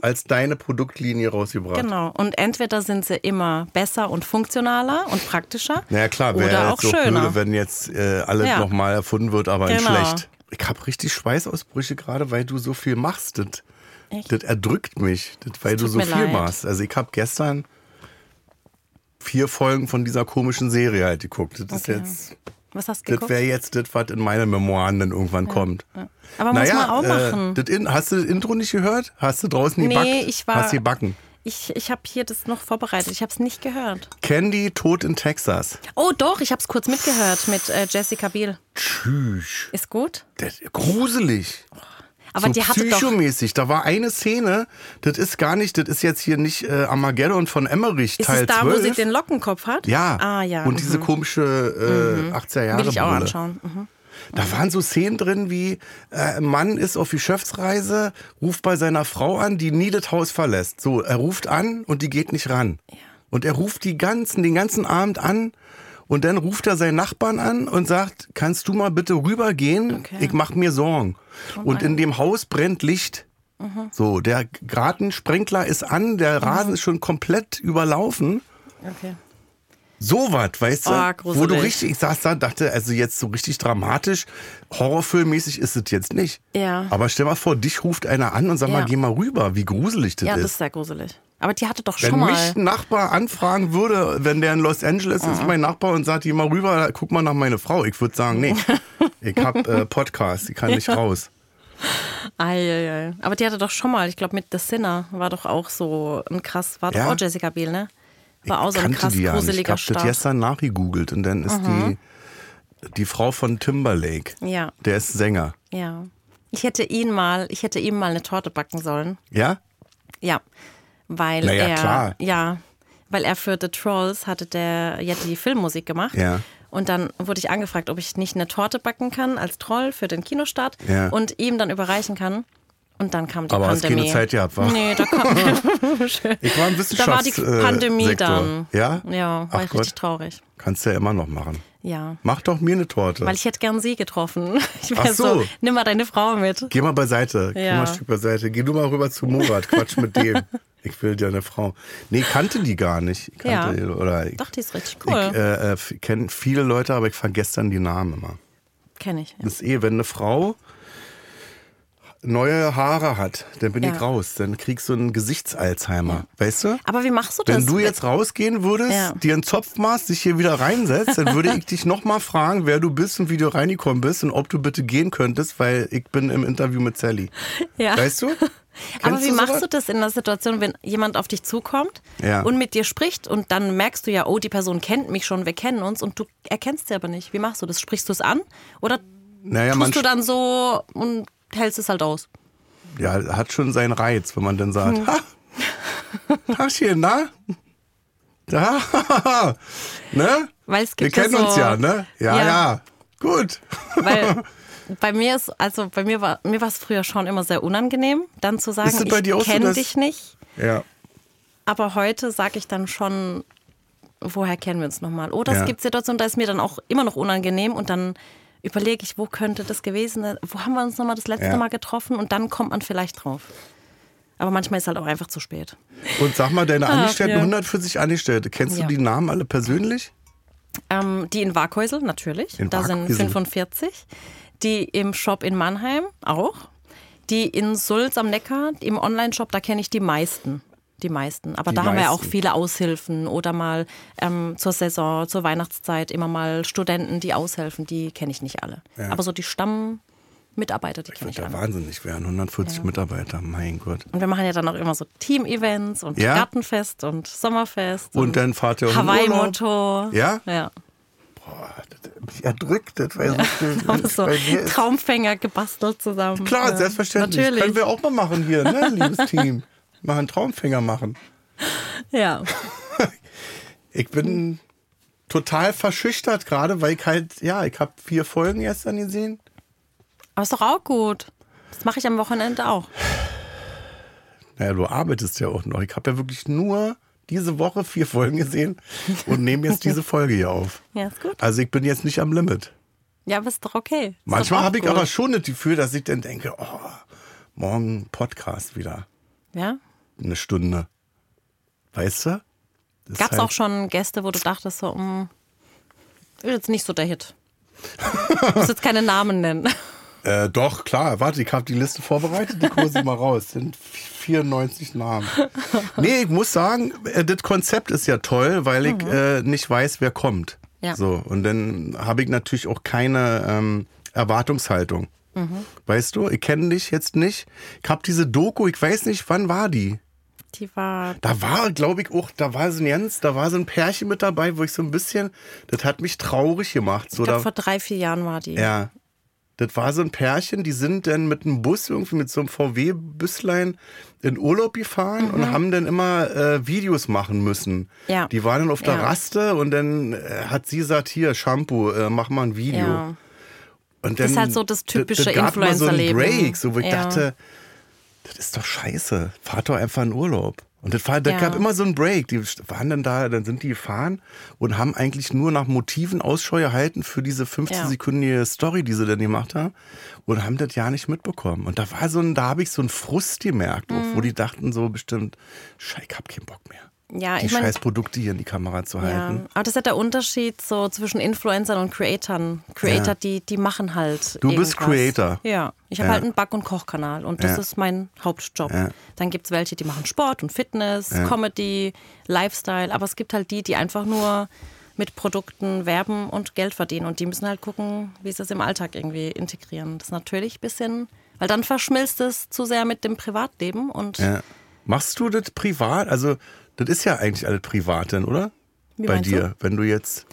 S2: als deine Produktlinie rausgebracht.
S3: Genau. Und entweder sind sie immer besser und funktionaler und praktischer.
S2: Naja klar, wäre
S3: oder auch
S2: jetzt so
S3: schöner.
S2: blöde, wenn jetzt äh, alles
S3: Ja.
S2: nochmal erfunden wird, aber nicht
S3: Genau.
S2: schlecht. Ich habe richtig Schweißausbrüche gerade, weil du so viel machst. Das,
S3: Echt?
S2: das erdrückt mich, das, weil du
S3: tut
S2: so
S3: mir
S2: viel
S3: leid.
S2: machst. Also ich habe gestern vier Folgen von dieser komischen Serie halt geguckt. Das ist
S3: Okay.
S2: jetzt,
S3: Was hast du
S2: das
S3: geguckt?
S2: wäre jetzt das, was in meine Memoiren dann irgendwann kommt.
S3: Aber muss man auch machen.
S2: Äh, das in, hast du das Intro nicht gehört? Hast du draußen
S3: Nee,
S2: gebackt?
S3: ich war-
S2: Hast du gebacken?
S3: Ich, ich habe hier das noch vorbereitet. Ich habe es nicht gehört.
S2: Candy tot in Texas.
S3: Oh doch, ich habe es kurz mitgehört mit äh, Jessica Biel.
S2: Tschüss.
S3: Ist gut?
S2: Das, gruselig.
S3: Aber
S2: so
S3: die hatte doch...
S2: psychomäßig. Da war eine Szene, das ist gar nicht, das ist jetzt hier nicht äh, Armageddon von Emmerich
S3: Ist
S2: Teil
S3: es da,
S2: 12.
S3: wo sie den Lockenkopf hat?
S2: ja.
S3: Ah ja.
S2: Und diese
S3: mhm.
S2: komische äh, 80er Jahre
S3: Will ich auch
S2: Brille.
S3: anschauen. Mhm.
S2: Da waren so Szenen drin wie äh, ein Mann ist auf Geschäftsreise, ruft bei seiner Frau an, die nie das Haus verlässt. So, er ruft an und die geht nicht ran. Und er ruft die ganzen, den ganzen Abend an und dann ruft er seinen Nachbarn an und sagt, kannst du mal bitte rübergehen?
S3: Okay.
S2: Ich mach mir Sorgen. Und in dem Haus brennt Licht. So, der Gartensprenkler ist an, der Rasen ist schon komplett überlaufen.
S3: Okay.
S2: So was, weißt du?
S3: Ah,
S2: wo
S3: gruselig.
S2: du richtig, ich saß da, dachte, also jetzt so richtig dramatisch, horrorfilmmäßig ist es jetzt nicht.
S3: Ja.
S2: Aber stell mal vor, dich ruft einer an und sagt mal,
S3: Ja.
S2: geh mal rüber, wie gruselig das
S3: Ja, das
S2: ist.
S3: ist sehr gruselig. Aber die hatte doch schon
S2: wenn
S3: mal.
S2: mich ein Nachbar anfragen würde, wenn der in Los Angeles ist,
S3: Mhm.
S2: mein Nachbar und sagt, geh mal rüber, guck mal nach meine Frau. Ich würde sagen, nee, ich hab äh, Podcast, ich kann nicht raus.
S3: Eieiei. Aber die hatte doch schon mal, ich glaube, mit The Sinner war doch auch so ein krass, war
S2: Ja.
S3: doch auch Jessica Biel, ne? War auch so ein
S2: Kannte
S3: krass
S2: die ja nicht. Ich
S3: gruseliger
S2: hab das
S3: Start.
S2: gestern nachgegoogelt und dann ist die, die Frau von Timberlake,
S3: Ja.
S2: der ist Sänger.
S3: Ja. Ich hätte ihn mal, ich hätte ihm mal eine Torte backen sollen.
S2: Ja?
S3: Ja. Weil
S2: Na ja,
S3: er.
S2: klar.
S3: Ja. Weil er für The Trolls hatte der ja die Filmmusik gemacht.
S2: Ja.
S3: Und dann wurde ich angefragt, ob ich nicht eine Torte backen kann als Troll für den Kinostart
S2: Ja.
S3: und ihm dann überreichen kann. Und dann kam die
S2: Aber hast
S3: Pandemie.
S2: keine Zeit gehabt, wa?
S3: Nee, da kam
S2: Ich war im
S3: Da war die
S2: Wissenschafts äh,
S3: Pandemie
S2: Sektor.
S3: dann.
S2: Ja?
S3: Ja, war
S2: Ach
S3: ich
S2: Gott,
S3: richtig traurig.
S2: kannst du ja immer noch machen.
S3: Ja.
S2: Mach doch mir eine Torte.
S3: Weil ich hätte gern sie getroffen. Ich
S2: Ach
S3: wäre so.
S2: so.
S3: nimm mal deine Frau mit.
S2: Geh mal beiseite. Geh
S3: Ja.
S2: mal ein Stück beiseite. Geh du mal rüber zu Murat. Quatsch mit dem. Ich will dir eine Frau. Nee, kannte die gar nicht. Ich Kannte
S3: Ja.
S2: die, oder ich,
S3: Doch, die ist richtig
S2: ich
S3: cool.
S2: äh, äh, f- kenne viele Leute, aber ich vergesse dann die Namen immer.
S3: Kenn ich. Ja.
S2: Das ist eh, wenn eine Frau neue Haare hat, dann bin
S3: Ja.
S2: ich raus. Dann kriegst du einen Gesichtsalzheimer. Weißt du?
S3: Aber wie machst du das?
S2: Wenn du jetzt rausgehen würdest,
S3: Ja.
S2: dir einen Zopf machst, dich hier wieder reinsetzt, dann würde ich dich nochmal fragen, wer du bist und wie du reingekommen bist und ob du bitte gehen könntest, weil ich bin im Interview mit Sally.
S3: Ja.
S2: Weißt du?
S3: Aber
S2: Kennst
S3: wie machst
S2: sowas?
S3: du das in einer Situation, wenn jemand auf dich zukommt
S2: Ja.
S3: und mit dir spricht und dann merkst du ja, oh, die Person kennt mich schon, wir kennen uns und du erkennst sie aber nicht. Wie machst du das? Sprichst du es an oder
S2: Naja, man
S3: tust du dann so und hältst es halt aus?
S2: ja, hat schon seinen Reiz, wenn man dann sagt,
S3: Hm.
S2: ha, Taschchen, na? Da, ne?
S3: Weil es
S2: Wir
S3: gibt ja
S2: kennen
S3: so-
S2: uns ja, ne? Ja, ja.
S3: Ja.
S2: Gut.
S3: Weil bei mir ist, also bei mir war mir war es früher schon immer sehr unangenehm, dann zu sagen,
S2: Ist es bei dir auch
S3: ich
S2: so,
S3: kenne
S2: dass-
S3: dich nicht.
S2: Ja.
S3: Aber heute sage ich dann schon, woher kennen wir uns Oh, nochmal? Oder
S2: Ja.
S3: es gibt Situationen, da ist mir dann auch immer noch unangenehm und dann überlege ich, wo könnte das gewesen sein? Wo haben wir uns nochmal das letzte
S2: Ja.
S3: Mal getroffen? Und dann kommt man vielleicht drauf. Aber manchmal ist halt auch einfach zu spät.
S2: Und sag mal, deine Angestellten,
S3: ja.
S2: 140 Angestellte, kennst
S3: Ja.
S2: du die Namen alle persönlich?
S3: Ähm, die in Warkhäusel natürlich,
S2: In
S3: da sind
S2: Warkhäusel.
S3: 45. Die im Shop in Mannheim auch. Die in Sulz am Neckar, im Online-Shop, da kenne ich die meisten. Die meisten. Aber
S2: Die
S3: da haben wir ja auch
S2: meisten.
S3: viele Aushilfen oder mal ähm, zur Saison, zur Weihnachtszeit immer mal Studenten, die aushelfen. Die kenne ich nicht alle.
S2: Ja.
S3: Aber so die Stammmitarbeiter, die kenne
S2: Wird
S3: ich
S2: ja
S3: alle.
S2: wahnsinnig werden. 140 Mitarbeiter, mein Gott.
S3: Und wir machen ja dann auch immer so Team-Events und
S2: Ja?
S3: Gartenfest und Sommerfest.
S2: Und dann fahrt ihr auch in
S3: Hawaii-Motto.
S2: Ja?
S3: Ja.
S2: Boah, das hat mich erdrückt, das war ja so schön.
S3: Haben wir so
S2: Bei mir ist-
S3: Traumfänger gebastelt zusammen.
S2: Klar,
S3: ja.
S2: selbstverständlich. Können
S3: Natürlich.
S2: wir auch mal machen hier, ne, liebes Team. Mal einen Traumfänger machen.
S3: Ja.
S2: Ich
S3: Hm.
S2: bin total verschüchtert gerade, weil ich halt, ja, ich habe vier Folgen gestern gesehen.
S3: Aber ist doch auch gut. Das mache ich am Wochenende auch.
S2: Naja, du arbeitest ja auch noch. Ich habe ja wirklich nur diese Woche vier Folgen gesehen und nehme jetzt diese Folge hier auf.
S3: Ja, ist gut.
S2: Also ich bin jetzt nicht am Limit.
S3: Ja, aber ist doch okay. Ist
S2: Manchmal
S3: doch auch
S2: habe ich
S3: gut.
S2: aber schon das Gefühl, dass ich dann denke, oh, morgen Podcast wieder.
S3: Ja?
S2: Eine Stunde. Weißt du? Das
S3: Gab es
S2: halt-
S3: auch schon Gäste, wo du dachtest, so, mm, ist jetzt nicht so der Hit. Ich muss jetzt keine Namen nennen.
S2: Äh, doch, klar. Warte, ich habe die Liste vorbereitet. Die Kurse mal raus. sind 94 Namen. Nee, ich muss sagen, äh, das Konzept ist ja toll, weil ich äh, nicht weiß, wer kommt.
S3: Mhm. Ja.
S2: So, und dann habe ich natürlich auch keine ähm, Erwartungshaltung.
S3: Mhm.
S2: Weißt du, ich kenne dich jetzt nicht. Ich habe diese Doku, ich weiß nicht, wann war die?
S3: Die war.
S2: Da war, glaube ich, auch, da war so ein Jens, da war so ein Pärchen mit dabei, wo ich so ein bisschen, das hat mich traurig gemacht. So,
S3: Ich glaube,
S2: da-
S3: vor drei, vier Jahren war die.
S2: ja. Das war so ein Pärchen, die sind dann mit einem Bus, irgendwie mit so einem VW-Büsslein in Urlaub gefahren und haben dann immer äh, Videos machen müssen.
S3: Mhm. Ja.
S2: Die waren dann auf der
S3: Ja.
S2: Raste und dann äh, hat sie gesagt, hier, Shampoo, äh, mach mal ein Video.
S3: Ja.
S2: Und dann,
S3: ist halt so das typische
S2: da gab mal so einen
S3: Influencer-Leben. ne?
S2: Break, so, wo ich
S3: Ja.
S2: dachte, das ist doch scheiße. Fahrt doch einfach in Urlaub. Und das, war, das
S3: Ja.
S2: gab immer so einen Break. Die waren dann da, dann sind die gefahren und haben eigentlich nur nach Motiven Ausschau gehalten für diese 15-sekündige Story, die sie dann gemacht haben. Und haben das ja nicht mitbekommen. Und da war so ein, da habe ich so einen Frust gemerkt, auch,
S3: Mhm.
S2: wo die dachten so bestimmt, Scheiße, ich hab keinen Bock mehr.
S3: Ja,
S2: die
S3: ich mein-
S2: scheiß Produkte hier in die Kamera zu halten.
S3: Ja, aber das ist ja der Unterschied so zwischen Influencern und Creatern. Creator,
S2: Ja.
S3: die, die machen halt.
S2: Du bist
S3: irgendwas.
S2: Creator.
S3: Ja. Ich habe
S2: Ja.
S3: halt einen Back- und Kochkanal und das
S2: Ja.
S3: ist mein Hauptjob.
S2: Ja.
S3: Dann gibt es welche, die machen Sport und Fitness, Comedy, Lifestyle, aber es gibt halt die, die einfach nur mit Produkten werben und Geld verdienen und die müssen halt gucken, wie sie es im Alltag irgendwie integrieren. Das ist natürlich ein bisschen, weil dann verschmilzt es zu sehr mit dem Privatleben und
S2: Ja. Machst du das privat? Also, das ist ja eigentlich alles privat dann, oder?
S3: Wie
S2: Bei
S3: meinst
S2: dir, wenn du jetzt.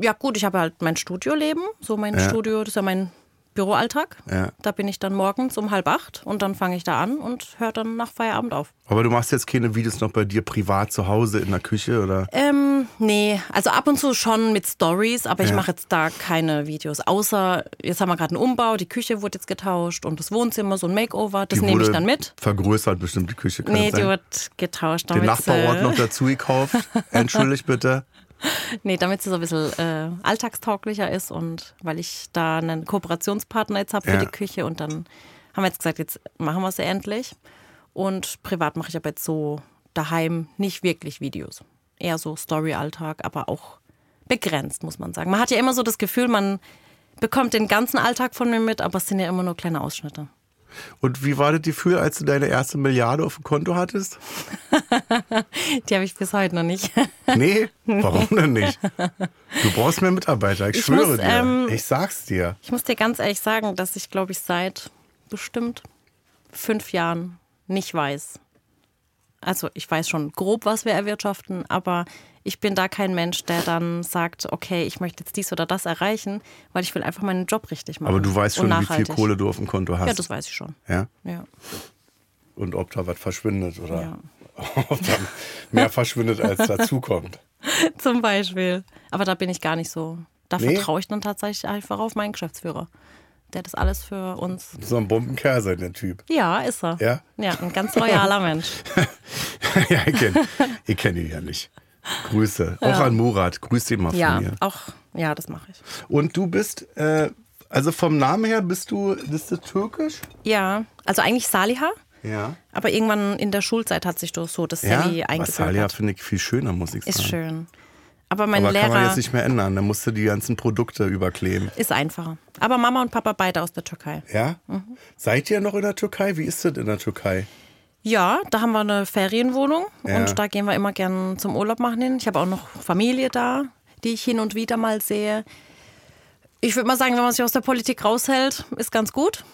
S3: ja gut, ich habe halt mein Studioleben, so mein
S2: Ja.
S3: Studio, das ist ja mein Büroalltag.
S2: Ja.
S3: Da bin ich dann morgens um halb acht und dann fange ich da an und höre dann nach Feierabend auf.
S2: Aber du machst jetzt keine Videos noch bei dir privat zu Hause in der Küche oder?
S3: Ähm, nee, also ab und zu schon mit Stories, aber ich
S2: Ja.
S3: mache jetzt da keine Videos. Außer, jetzt haben wir gerade einen Umbau, die Küche wurde jetzt getauscht und das Wohnzimmer, so ein Makeover, das
S2: Die
S3: nehme ich
S2: wurde
S3: dann mit.
S2: Vergrößert bestimmt die Küche. kann
S3: Nee,
S2: das
S3: die
S2: sein?
S3: wird getauscht. äh, damit
S2: Den Nachbarort
S3: sie-
S2: noch dazu gekauft. Entschuldigt bitte.
S3: Nee, damit sie so ein bisschen äh, alltagstauglicher ist und weil ich da einen Kooperationspartner jetzt habe für
S2: Ja.
S3: die Küche und dann haben wir jetzt gesagt, jetzt machen wir es ja endlich. Und privat mache ich aber jetzt so daheim nicht wirklich Videos. Eher so Story-Alltag, aber auch begrenzt, muss man sagen. Man hat ja immer so das Gefühl, man bekommt den ganzen Alltag von mir mit, aber es sind ja immer nur kleine Ausschnitte.
S2: Und wie war das Gefühl, als du deine erste Milliarde auf dem Konto hattest?
S3: Die habe ich bis heute noch nicht.
S2: Nee, warum denn nicht? Du brauchst mehr Mitarbeiter, ich,
S3: Ich
S2: schwöre
S3: muss,
S2: dir.
S3: ähm,
S2: ich sag's dir.
S3: Ich muss dir ganz ehrlich sagen, dass ich, glaube ich, seit bestimmt fünf Jahren nicht weiß. Also ich weiß schon grob, was wir erwirtschaften, aber ich bin da kein Mensch, der dann sagt, okay, ich möchte jetzt dies oder das erreichen, weil ich will einfach meinen Job richtig machen.
S2: Aber du weißt
S3: und
S2: schon, wie viel
S3: nachhaltig.
S2: Kohle du auf dem Konto hast.
S3: Ja, das weiß ich schon.
S2: ja?
S3: Ja.
S2: Und ob da was verschwindet oder
S3: Ja.
S2: ob da mehr verschwindet, als dazukommt.
S3: Zum Beispiel. Aber da bin ich gar nicht so. Da
S2: Nee?
S3: vertraue ich dann tatsächlich einfach auf meinen Geschäftsführer, der das alles für uns.
S2: So ein Bombenkerl sein, der Typ.
S3: Ja, ist er.
S2: Ja?
S3: Ja, ein ganz loyaler Mensch.
S2: ja, ich kenne ich kenn ihn ja nicht. Grüße. Auch an Murat. Grüß ihn mal
S3: Ja,
S2: von mir.
S3: auch. Ja, das mache ich.
S2: Und du bist, äh, also vom Namen her bist du, bist du türkisch?
S3: Ja, also eigentlich Saliha,
S2: Ja.
S3: aber irgendwann in der Schulzeit hat sich doch so das
S2: Ja,
S3: Sally
S2: Vassalia
S3: eingebürgert.
S2: finde ich viel schöner, muss ich sagen.
S3: Ist schön. Aber mein
S2: Aber kann man
S3: Lehrer
S2: jetzt nicht mehr ändern. Da musst du die ganzen Produkte überkleben.
S3: ist einfacher. Aber Mama und Papa beide aus der Türkei.
S2: Ja? Seid ihr noch in der Türkei? Wie ist das in der Türkei?
S3: Ja, da haben wir eine Ferienwohnung
S2: Ja.
S3: und da gehen wir immer gern zum Urlaub machen hin. Ich habe auch noch Familie da, die ich hin und wieder mal sehe. Ich würde mal sagen, wenn man sich aus der Politik raushält, ist ganz gut.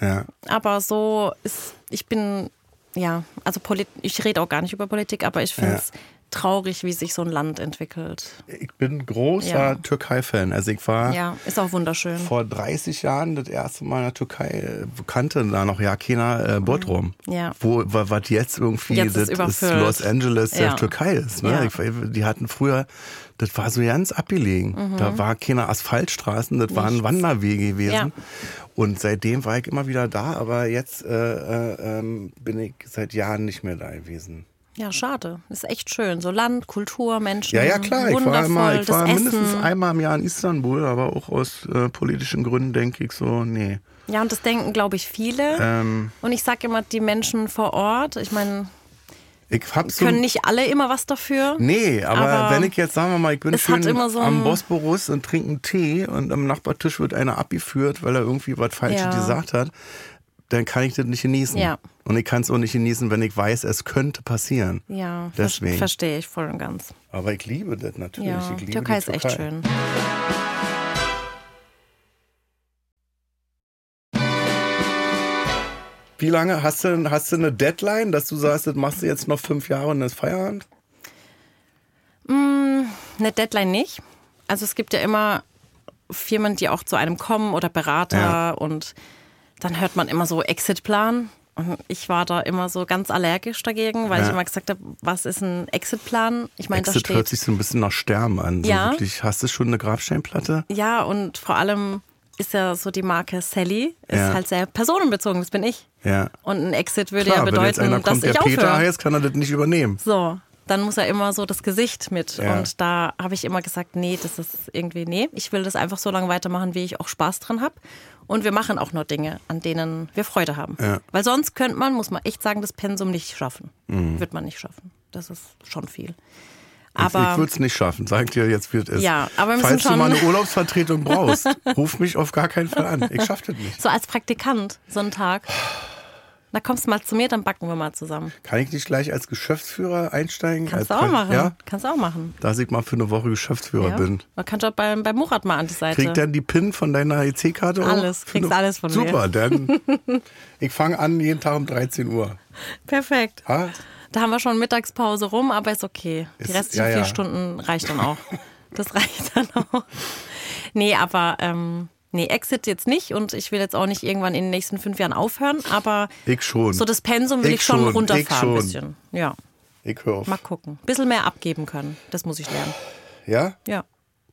S2: Ja.
S3: Aber so ist, ich bin, ja, also Polit ich rede auch gar nicht über Politik, aber ich finde es traurig, wie sich so ein Land entwickelt.
S2: Ich bin großer
S3: Ja.
S2: Türkei-Fan. Also ich war
S3: Ja, ist auch wunderschön.
S2: vor 30 Jahren das erste Mal in der Türkei, äh, kannte da noch ja keiner äh, Bodrum.
S3: Ja.
S2: Wo, wa- was jetzt irgendwie,
S3: Jetzt
S2: das
S3: ist
S2: ist
S3: überfüllt.
S2: Los Angeles, der
S3: Ja.
S2: Türkei ist. Ne?
S3: Ja.
S2: Ich, die hatten früher, das war so ganz
S3: Mhm.
S2: abgelegen. Da war keine Asphaltstraßen, das waren Wanderwege gewesen.
S3: Ja.
S2: Und seitdem war ich immer wieder da, aber jetzt äh, äh, ähm, bin ich seit Jahren nicht mehr da gewesen.
S3: Ja, schade. Ist echt schön. So Land, Kultur, Menschen.
S2: Ja, ja, klar. Ich
S3: Mhm. wundervoll,
S2: war, immer, ich
S3: das
S2: war
S3: Essen.
S2: mindestens einmal im Jahr in Istanbul, aber auch aus äh, politischen Gründen denke ich so, nee.
S3: Ja, und das denken, glaube ich, viele.
S2: Ähm,
S3: Und ich sage immer, die Menschen vor Ort, ich meine,
S2: ich hab so.
S3: können nicht alle immer was dafür.
S2: nee, aber,
S3: aber
S2: wenn ich jetzt, sagen wir mal, ich bin
S3: es hat
S2: schön
S3: immer so
S2: am
S3: ein-
S2: Bosporus und trinke einen Tee und am Nachbartisch wird einer abgeführt, weil er irgendwie was Falsches
S3: Ja.
S2: gesagt hat, dann kann ich das nicht genießen.
S3: Ja.
S2: Und ich kann es auch nicht genießen, wenn ich weiß, es könnte passieren.
S3: Ja,
S2: Deswegen.
S3: verstehe ich voll und ganz.
S2: Aber ich liebe das natürlich.
S3: Ja,
S2: Ich liebe
S3: Türkei
S2: die
S3: ist echt schön.
S2: Wie lange hast du, hast du eine Deadline, dass du sagst, das machst du jetzt noch fünf Jahre und dann ist Feierabend?
S3: Eine Deadline nicht. Also es gibt ja immer Firmen, die auch zu einem kommen oder Berater
S2: Ja.
S3: und dann hört man immer so Exitplan. Und ich war da immer so ganz allergisch dagegen, weil
S2: Ja.
S3: ich immer gesagt habe, was ist ein Exitplan? Ich meine, da
S2: Exit hört
S3: steht.
S2: sich so ein bisschen nach Sterben an. So
S3: Ja.
S2: wirklich, hast du schon eine Grabsteinplatte?
S3: Ja, und vor allem ist ja so die Marke Sally, ist
S2: Ja.
S3: halt sehr personenbezogen, das bin ich.
S2: Ja.
S3: Und ein Exit würde ja
S2: Klar, wenn jetzt
S3: bedeuten,
S2: einer
S3: dass
S2: kommt, der
S3: ich aufhöre.
S2: Peter heißt, kann er das nicht übernehmen.
S3: So, dann muss er immer so das Gesicht mit.
S2: Ja.
S3: Und da habe ich immer gesagt, nee, das ist irgendwie, nee, ich will das einfach so lange weitermachen, wie ich auch Spaß dran habe. Und wir machen auch nur Dinge, an denen wir Freude haben.
S2: Ja.
S3: Weil sonst könnte man, muss man echt sagen, das Pensum nicht schaffen. Wird man nicht schaffen. Das ist schon viel.
S2: Mhm. ich
S3: Aber
S2: würde es nicht schaffen, sag ich dir jetzt, wie es ist.
S3: Ja, aber wir müssen
S2: Falls du
S3: schon-
S2: mal eine Urlaubsvertretung brauchst, ruf mich auf gar keinen Fall an. Ich schaff das nicht.
S3: so als Praktikant, so einen Tag, da kommst du mal zu mir, dann backen wir mal zusammen.
S2: Kann ich nicht gleich als Geschäftsführer einsteigen? als
S3: Kannst du auch
S2: Präs-
S3: machen.
S2: Ja,
S3: Kannst du auch machen.
S2: dass ich mal für eine Woche Geschäftsführer
S3: Ja.
S2: bin.
S3: Man kann doch beim, beim Murat mal an die Seite.
S2: Krieg dann die PIN von deiner EC-Karte? auch?
S3: Alles,
S2: Für
S3: kriegst
S2: eine-
S3: alles von mir.
S2: Super, dann. Ich fange an jeden Tag um 13 Uhr.
S3: Perfekt.
S2: Ha?
S3: Da haben wir schon Mittagspause rum, aber ist okay. Die
S2: Ist-
S3: restlichen
S2: ja, ja.
S3: vier Stunden reicht dann auch. Das reicht dann auch. Nee, aber ähm, nee, Exit jetzt nicht und ich will jetzt auch nicht irgendwann in den nächsten fünf Jahren aufhören, aber
S2: Ich schon.
S3: so das Pensum will
S2: Ich
S3: ich, schon
S2: schon,
S3: runterfahren
S2: ich schon.
S3: ein bisschen. Ja,
S2: Ich höre auf.
S3: mal gucken. Ein bisschen mehr abgeben können. Das muss ich lernen.
S2: Ja?
S3: Ja.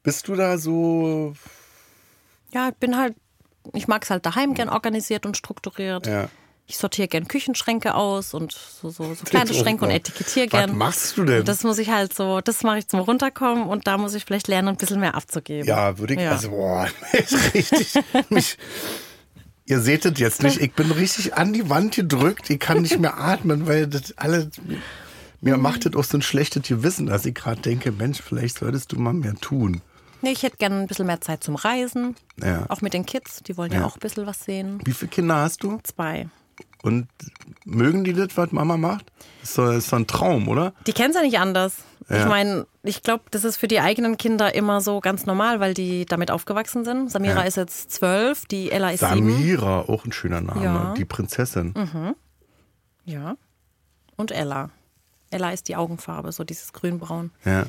S2: Bist du da so.
S3: Ja, ich bin halt, ich mag es halt daheim gern organisiert und strukturiert.
S2: Ja.
S3: Ich sortiere gern Küchenschränke aus und so, so, so kleine
S2: Jetzt auch
S3: Schränke und
S2: noch.
S3: etikettiere
S2: Was
S3: gern.
S2: machst du denn?
S3: Das muss ich halt so, das mache ich zum Runterkommen und da muss ich vielleicht lernen, ein bisschen mehr abzugeben.
S2: ja, würde ich.
S3: Ja.
S2: Also, boah, ich richtig. mich, ihr seht das jetzt nicht. Ich bin richtig an die Wand gedrückt. Ich kann nicht mehr atmen, weil das alle. Mir macht das auch so ein schlechtes Gewissen, dass ich gerade denke, Mensch, vielleicht solltest du mal mehr tun.
S3: Nee, ich hätte gerne ein bisschen mehr Zeit zum Reisen.
S2: Ja.
S3: Auch mit den Kids, die wollen ja,
S2: Ja.
S3: auch ein bisschen was sehen.
S2: Wie viele Kinder hast du?
S3: Zwei.
S2: Und mögen die das, was Mama macht? Das ist so, das ist so ein Traum, oder?
S3: Die kennen es ja nicht anders.
S2: Ja.
S3: Ich meine, ich glaube, das ist für die eigenen Kinder immer so ganz normal, weil die damit aufgewachsen sind. Samira
S2: Ja.
S3: ist jetzt zwölf, die Ella ist sieben.
S2: Samira, auch ein schöner Name.
S3: Ja.
S2: Die Prinzessin.
S3: Ja. Und Ella. Ella ist die Augenfarbe, so dieses grünbraun.
S2: Ja.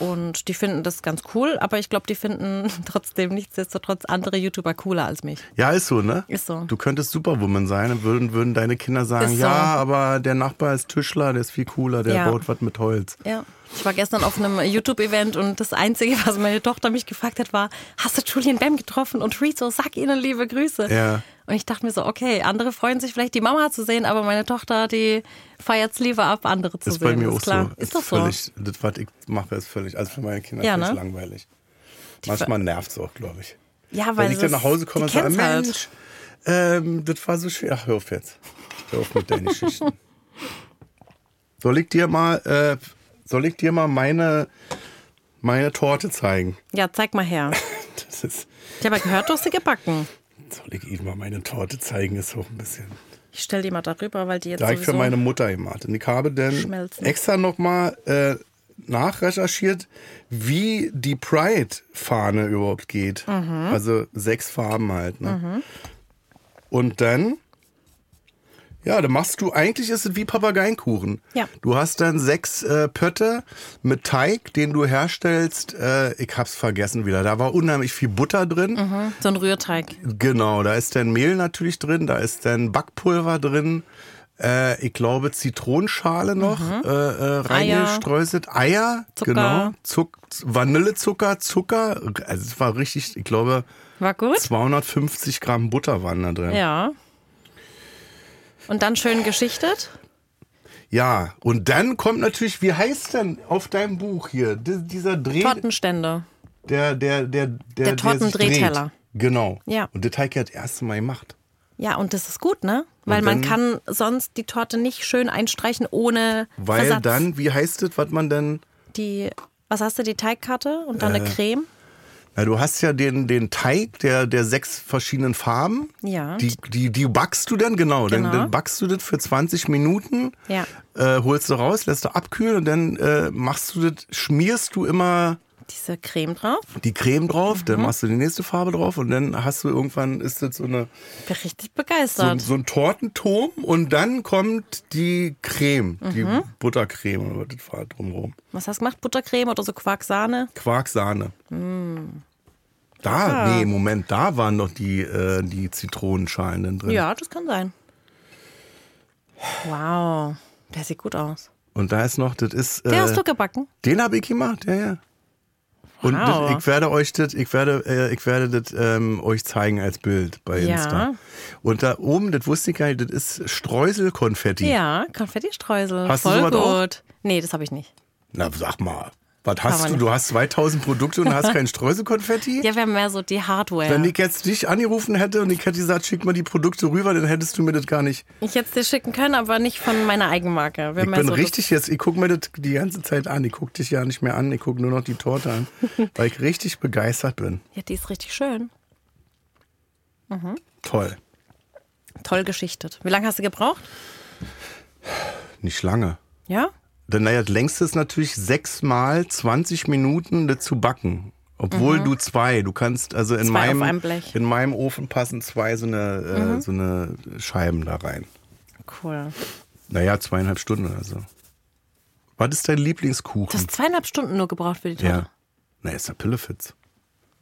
S3: Und die finden das ganz cool, aber ich glaube, die finden trotzdem nichtsdestotrotz andere YouTuber cooler als mich.
S2: Ja, ist so, ne?
S3: Ist so.
S2: Du könntest Superwoman sein und würden, würden deine Kinder sagen,
S3: Ist so.
S2: ja, aber der Nachbar ist Tischler, der ist viel cooler, der
S3: Ja.
S2: baut was mit Holz.
S3: Ja. Ich war gestern auf einem YouTube-Event und das Einzige, was meine Tochter mich gefragt hat, war, hast du Julian Bam getroffen? Und Rezo, sag ihnen liebe Grüße.
S2: Ja.
S3: Und ich dachte mir so, okay, andere freuen sich vielleicht, die Mama zu sehen, aber meine Tochter, die feiert's lieber ab, andere zu
S2: Das ist
S3: sehen.
S2: bei mir
S3: ist
S2: auch
S3: klar.
S2: so.
S3: Ist doch so.
S2: völlig, Das, was ich mache, ist völlig, also für meine Kinder
S3: Ja,
S2: völlig
S3: ne?
S2: langweilig. Manchmal nervt es auch, glaube ich.
S3: Ja, weil
S2: Wenn ich dann
S3: das-
S2: nach Hause komme und
S3: die
S2: sage,
S3: kennt's halt.
S2: Mensch, ähm, das war so schön. Ach, hör auf jetzt. Hör auf mit deinen Geschichten. Soll ich dir mal, äh, soll ich dir mal meine, meine Torte zeigen?
S3: Ja, zeig mal her.
S2: Das ist,
S3: Ich habe ja gehört, du hast sie gebacken.
S2: soll ich ihm mal meine Torte zeigen? Ist auch ein bisschen.
S3: Ich stelle die mal darüber, weil die jetzt
S2: Da ich
S3: sowieso
S2: für meine Mutter gemacht. Und ich habe dann
S3: Schmelzen.
S2: extra nochmal äh, nachrecherchiert, wie die Pride-Fahne überhaupt geht.
S3: Mhm.
S2: Also sechs Farben halt. Ne? Und dann, ja, dann machst du, eigentlich ist es wie Papageienkuchen.
S3: Ja.
S2: Du hast dann sechs äh, Pötte mit Teig, den du herstellst. Äh, ich hab's vergessen wieder. Da war unheimlich viel Butter drin.
S3: Hm, so ein Rührteig.
S2: Genau, da ist dann Mehl natürlich drin, da ist dann Backpulver drin. Äh, ich glaube, Zitronenschale noch äh, äh, reingestreuselt. Eier,
S3: Mhm. Zucker.
S2: genau. Zuck, Vanillezucker, Zucker. Also es war richtig, ich glaube,
S3: War gut?
S2: 250 Gramm Butter waren da drin.
S3: Ja. Und dann schön geschichtet.
S2: Ja, und dann kommt natürlich, wie heißt denn auf deinem Buch hier, di- dieser Dreh,
S3: Tortenstände.
S2: der, der, der, der, der sich
S3: Tortendrehteller.
S2: dreht. Genau.
S3: Ja.
S2: Und der Teig hat das erste Mal gemacht.
S3: Ja, und das ist gut, ne? Weil
S2: Und
S3: man
S2: dann-
S3: kann sonst die Torte nicht schön einstreichen ohne
S2: Weil
S3: Versatz.
S2: dann, wie heißt das, was man denn
S3: die was hast du die Teigkarte und dann
S2: Äh.
S3: eine Creme?
S2: Na, du hast ja den, den Teig der, der sechs verschiedenen Farben.
S3: Ja.
S2: Die, die, die backst du dann, genau. Dann,
S3: Genau.
S2: dann backst du das für 20 Minuten.
S3: Ja.
S2: Äh, holst du raus, lässt du abkühlen und dann äh, machst du das, schmierst du immer
S3: Diese Creme drauf.
S2: die Creme drauf,
S3: Mhm.
S2: dann machst du die nächste Farbe drauf und dann hast du irgendwann ist das so, eine,
S3: Bin richtig
S2: so, ein-
S3: begeistert.
S2: so ein Tortenturm und dann kommt die Creme, die
S3: Mhm.
S2: Buttercreme oder das war drumherum.
S3: was hast du gemacht? Buttercreme oder so Quarksahne?
S2: Quarksahne.
S3: Ah.
S2: Da, nee, Moment, da waren noch die, äh, die Zitronenschalen dann drin.
S3: Ja, das kann sein. Wow, der sieht gut aus.
S2: Und da ist noch, das ist.
S3: Der
S2: äh,
S3: hast du gebacken.
S2: den habe ich gemacht, ja, ja. Und
S3: Wow.
S2: das, ich werde euch das, ich werde, äh, ich werde das ähm, euch zeigen als Bild bei
S3: Ja.
S2: Insta. Und da oben, das wusste ich gar nicht, das ist Streuselkonfetti.
S3: Ja, Konfettistreusel.
S2: Hast du
S3: Voll
S2: sowas auch?
S3: gut. Nee, das habe ich nicht.
S2: Na, sag mal, was hast
S3: man
S2: du?
S3: nicht.
S2: Du hast 2000 Produkte und hast kein Streuselkonfetti?
S3: Ja, wir haben mehr so die Hardware.
S2: Wenn ich jetzt dich angerufen hätte und ich hätte gesagt, schick mal die Produkte rüber, dann hättest du mir das gar nicht.
S3: ich hätte es dir schicken können, aber nicht von meiner Eigenmarke. Wir haben
S2: Ich
S3: mehr
S2: bin
S3: so das-
S2: richtig jetzt, ich gucke mir das die ganze Zeit an. Ich gucke dich ja nicht mehr an, ich gucke nur noch die Torte an, weil ich richtig begeistert bin.
S3: Ja, die ist richtig schön.
S2: Toll.
S3: Toll geschichtet. Wie lange hast du gebraucht?
S2: Nicht lange.
S3: Ja?
S2: Denn naja, das längste ist natürlich sechsmal 20 Minuten das zu backen. Obwohl du zwei, du kannst, also in,
S3: Zwei auf
S2: meinem,
S3: einem Blech.
S2: in meinem Ofen passen zwei so eine, äh, so eine Scheiben da rein.
S3: Cool.
S2: Naja, zweieinhalb Stunden oder so. Was ist dein Lieblingskuchen?
S3: Du hast zweieinhalb Stunden nur gebraucht für die Torte.
S2: Hm. ja. Naja, ist der Pillefitz.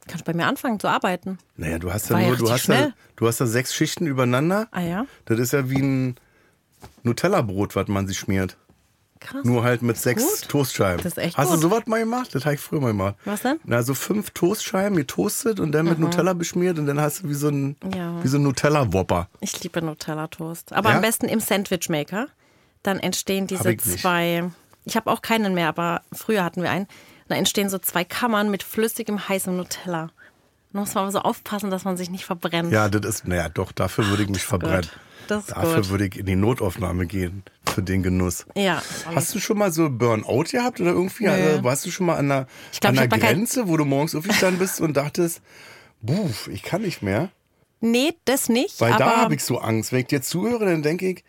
S3: Kannst bei mir anfangen zu arbeiten.
S2: Naja, du hast ja
S3: War ja
S2: nur, du
S3: richtig
S2: hast ja,
S3: schnell.
S2: du hast ja sechs Schichten übereinander.
S3: Ah ja?
S2: Das ist ja wie ein Nutella-Brot, was man sich schmiert.
S3: Krass.
S2: Nur halt mit sechs
S3: gut.
S2: Toastscheiben.
S3: Das ist echt
S2: Hast du
S3: gut.
S2: sowas mal gemacht? Das habe ich früher mal gemacht.
S3: Was denn?
S2: Na, so fünf Toastscheiben getoastet und dann mit Nutella beschmiert und dann hast du wie so ein,
S3: Ja.
S2: wie so ein Nutella-Wopper.
S3: Ich liebe Nutella-Toast. Aber
S2: Ja?
S3: am besten im Sandwichmaker. Dann entstehen
S2: Hab
S3: diese
S2: ich nicht.
S3: zwei. Ich habe auch keinen mehr, aber früher hatten wir einen. Und da entstehen so zwei Kammern mit flüssigem, heißem Nutella. Da muss man aber so aufpassen, dass man sich nicht verbrennt.
S2: Ja, das ist, naja, doch, dafür würde ich mich verbrennen.
S3: gut. Das ist
S2: dafür
S3: gut.
S2: würde ich in die Notaufnahme gehen, für den Genuss.
S3: Ja.
S2: Hast du schon mal so Burnout gehabt oder irgendwie?
S3: Nö.
S2: Also, warst du schon mal an einer,
S3: Ich glaub,
S2: an
S3: ich hab
S2: einer
S3: mal kein-
S2: Grenze, wo du morgens aufgestanden bist und dachtest, buff, ich kann nicht mehr?
S3: Nee, das nicht.
S2: Weil
S3: aber
S2: da habe ich so Angst. Wenn ich dir zuhöre, dann denke ich,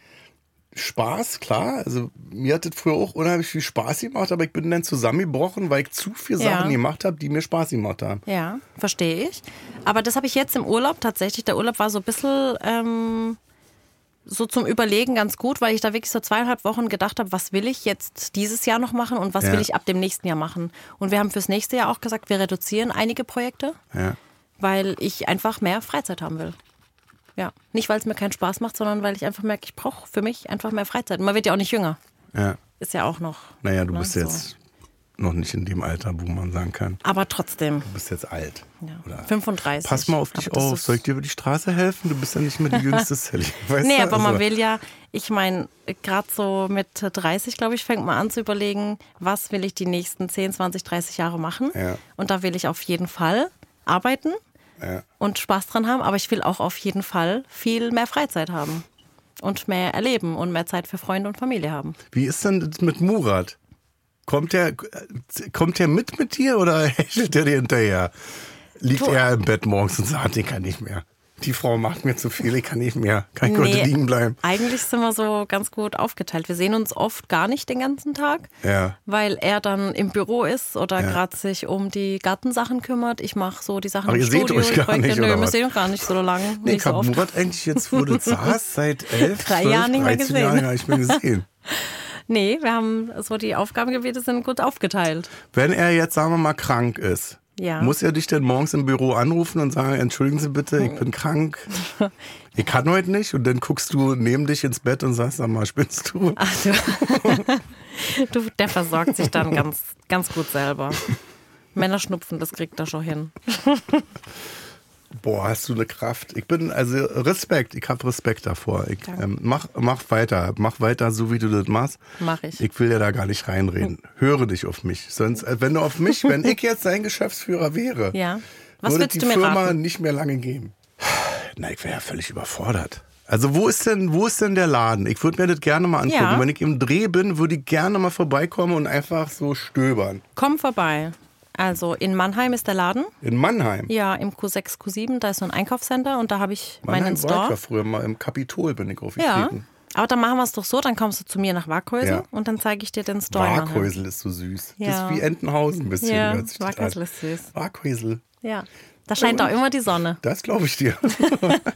S2: Spaß, klar. Also mir hat das früher auch unheimlich viel Spaß gemacht, aber ich bin dann zusammengebrochen, weil ich zu viele
S3: Ja.
S2: Sachen gemacht habe, die mir Spaß gemacht haben.
S3: Ja, verstehe ich. Aber das habe ich jetzt im Urlaub tatsächlich. Der Urlaub war so ein bisschen ähm, so zum Überlegen ganz gut, weil ich da wirklich so zweieinhalb Wochen gedacht habe, was will ich jetzt dieses Jahr noch machen und was
S2: Ja.
S3: will ich ab dem nächsten Jahr machen. Und wir haben fürs nächste Jahr auch gesagt, wir reduzieren einige Projekte,
S2: Ja.
S3: weil ich einfach mehr Freizeit haben will. Ja, nicht weil es mir keinen Spaß macht, sondern weil ich einfach merke, ich brauche für mich einfach mehr Freizeit. Man wird ja auch nicht jünger.
S2: ja.
S3: Ist ja auch noch.
S2: Naja, du
S3: ne,
S2: bist
S3: so.
S2: jetzt noch nicht in dem Alter, wo man sagen kann,
S3: Aber trotzdem.
S2: du bist jetzt alt.
S3: Ja.
S2: Oder
S3: 35.
S2: Pass mal auf dich
S3: Aber das
S2: auf.
S3: ist-
S2: Soll ich dir über die Straße helfen? Du bist ja nicht mehr die jüngste Sally. Weißt
S3: Nee,
S2: du?
S3: aber man
S2: Also,
S3: will ja, ich meine, gerade so mit 30, glaube ich, fängt man an zu überlegen, was will ich die nächsten 10, 20, 30 Jahre machen.
S2: Ja.
S3: Und da will ich auf jeden Fall arbeiten
S2: Ja.
S3: und Spaß dran haben, aber ich will auch auf jeden Fall viel mehr Freizeit haben und mehr erleben und mehr Zeit für Freunde und Familie haben.
S2: Wie ist denn das mit Murat? Kommt der, kommt der mit mit dir oder hält er dir hinterher? Liegt
S3: Du-
S2: er im Bett morgens und sagt, ich kann nicht mehr. die Frau macht mir zu viel, ich kann nicht mehr. Kann ich heute
S3: Nee,
S2: liegen bleiben.
S3: Eigentlich sind wir so ganz gut aufgeteilt. Wir sehen uns oft gar nicht den ganzen Tag,
S2: Ja.
S3: weil er dann im Büro ist oder gerade sich um die Gartensachen kümmert. Ich mache so die Sachen
S2: Aber
S3: im
S2: ihr seht
S3: Studio.
S2: euch
S3: die
S2: gar
S3: Projekte.
S2: nicht,
S3: Nö,
S2: oder
S3: wir
S2: was?
S3: sehen uns gar nicht so lange.
S2: Nee,
S3: nicht
S2: ich
S3: so
S2: habe
S3: oft.
S2: Murat eigentlich jetzt, wo du saß, seit elf,
S3: Drei
S2: 12,
S3: Jahren nicht mehr
S2: 13
S3: gesehen.
S2: Jahren gar nicht mehr gesehen.
S3: Nee, wir haben so die Aufgabengebiete sind gut aufgeteilt.
S2: Wenn er jetzt, sagen wir mal, krank ist,
S3: Ja.
S2: muss er dich denn morgens im Büro anrufen und sagen, entschuldigen Sie bitte, ich bin krank, ich kann heute nicht. Und dann guckst du neben dich ins Bett und sagst, sag mal, spinnst du?
S3: Ach du. Also, du, der versorgt sich dann ganz, ganz gut selber. Männerschnupfen, das kriegt er schon hin.
S2: Boah, hast du eine Kraft. Ich bin, also Respekt, ich habe Respekt davor. Ich, ähm, mach, mach weiter, mach weiter, so wie du das machst.
S3: Mach ich.
S2: Ich will ja da gar nicht reinreden. Höre dich auf mich. Sonst, äh, wenn du auf mich, wenn ich jetzt dein Geschäftsführer wäre,
S3: Ja. Was
S2: würde
S3: würdest
S2: die
S3: du mir
S2: Firma
S3: raten?
S2: nicht mehr lange geben. Na, ich wäre ja völlig überfordert. Also wo ist denn, wo ist denn der Laden? Ich würde mir das gerne mal angucken.
S3: Ja.
S2: Wenn ich im Dreh bin, würde ich gerne mal vorbeikommen und einfach so stöbern.
S3: Komm vorbei. Also in Mannheim ist der Laden.
S2: In Mannheim.
S3: Ja, im Q6, Q7, da ist so ein Einkaufscenter und da habe ich
S2: Mannheim
S3: meinen
S2: war ich ja
S3: Store.
S2: früher mal im Kapitol, bin ich
S3: Ja.
S2: aufgetreten.
S3: Aber dann machen wir es doch so, dann kommst du zu mir nach Warkhäusen
S2: Ja.
S3: und dann zeige ich dir den Store. in Mannheim.
S2: Warkhäusel ist so süß. Das
S3: Ja.
S2: ist wie Entenhausen ein bisschen.
S3: Ja,
S2: hört sich das an.
S3: Warkhäusel ist süß.
S2: Warkhäusel,
S3: Ja. Da scheint auch immer die Sonne.
S2: das glaube ich dir.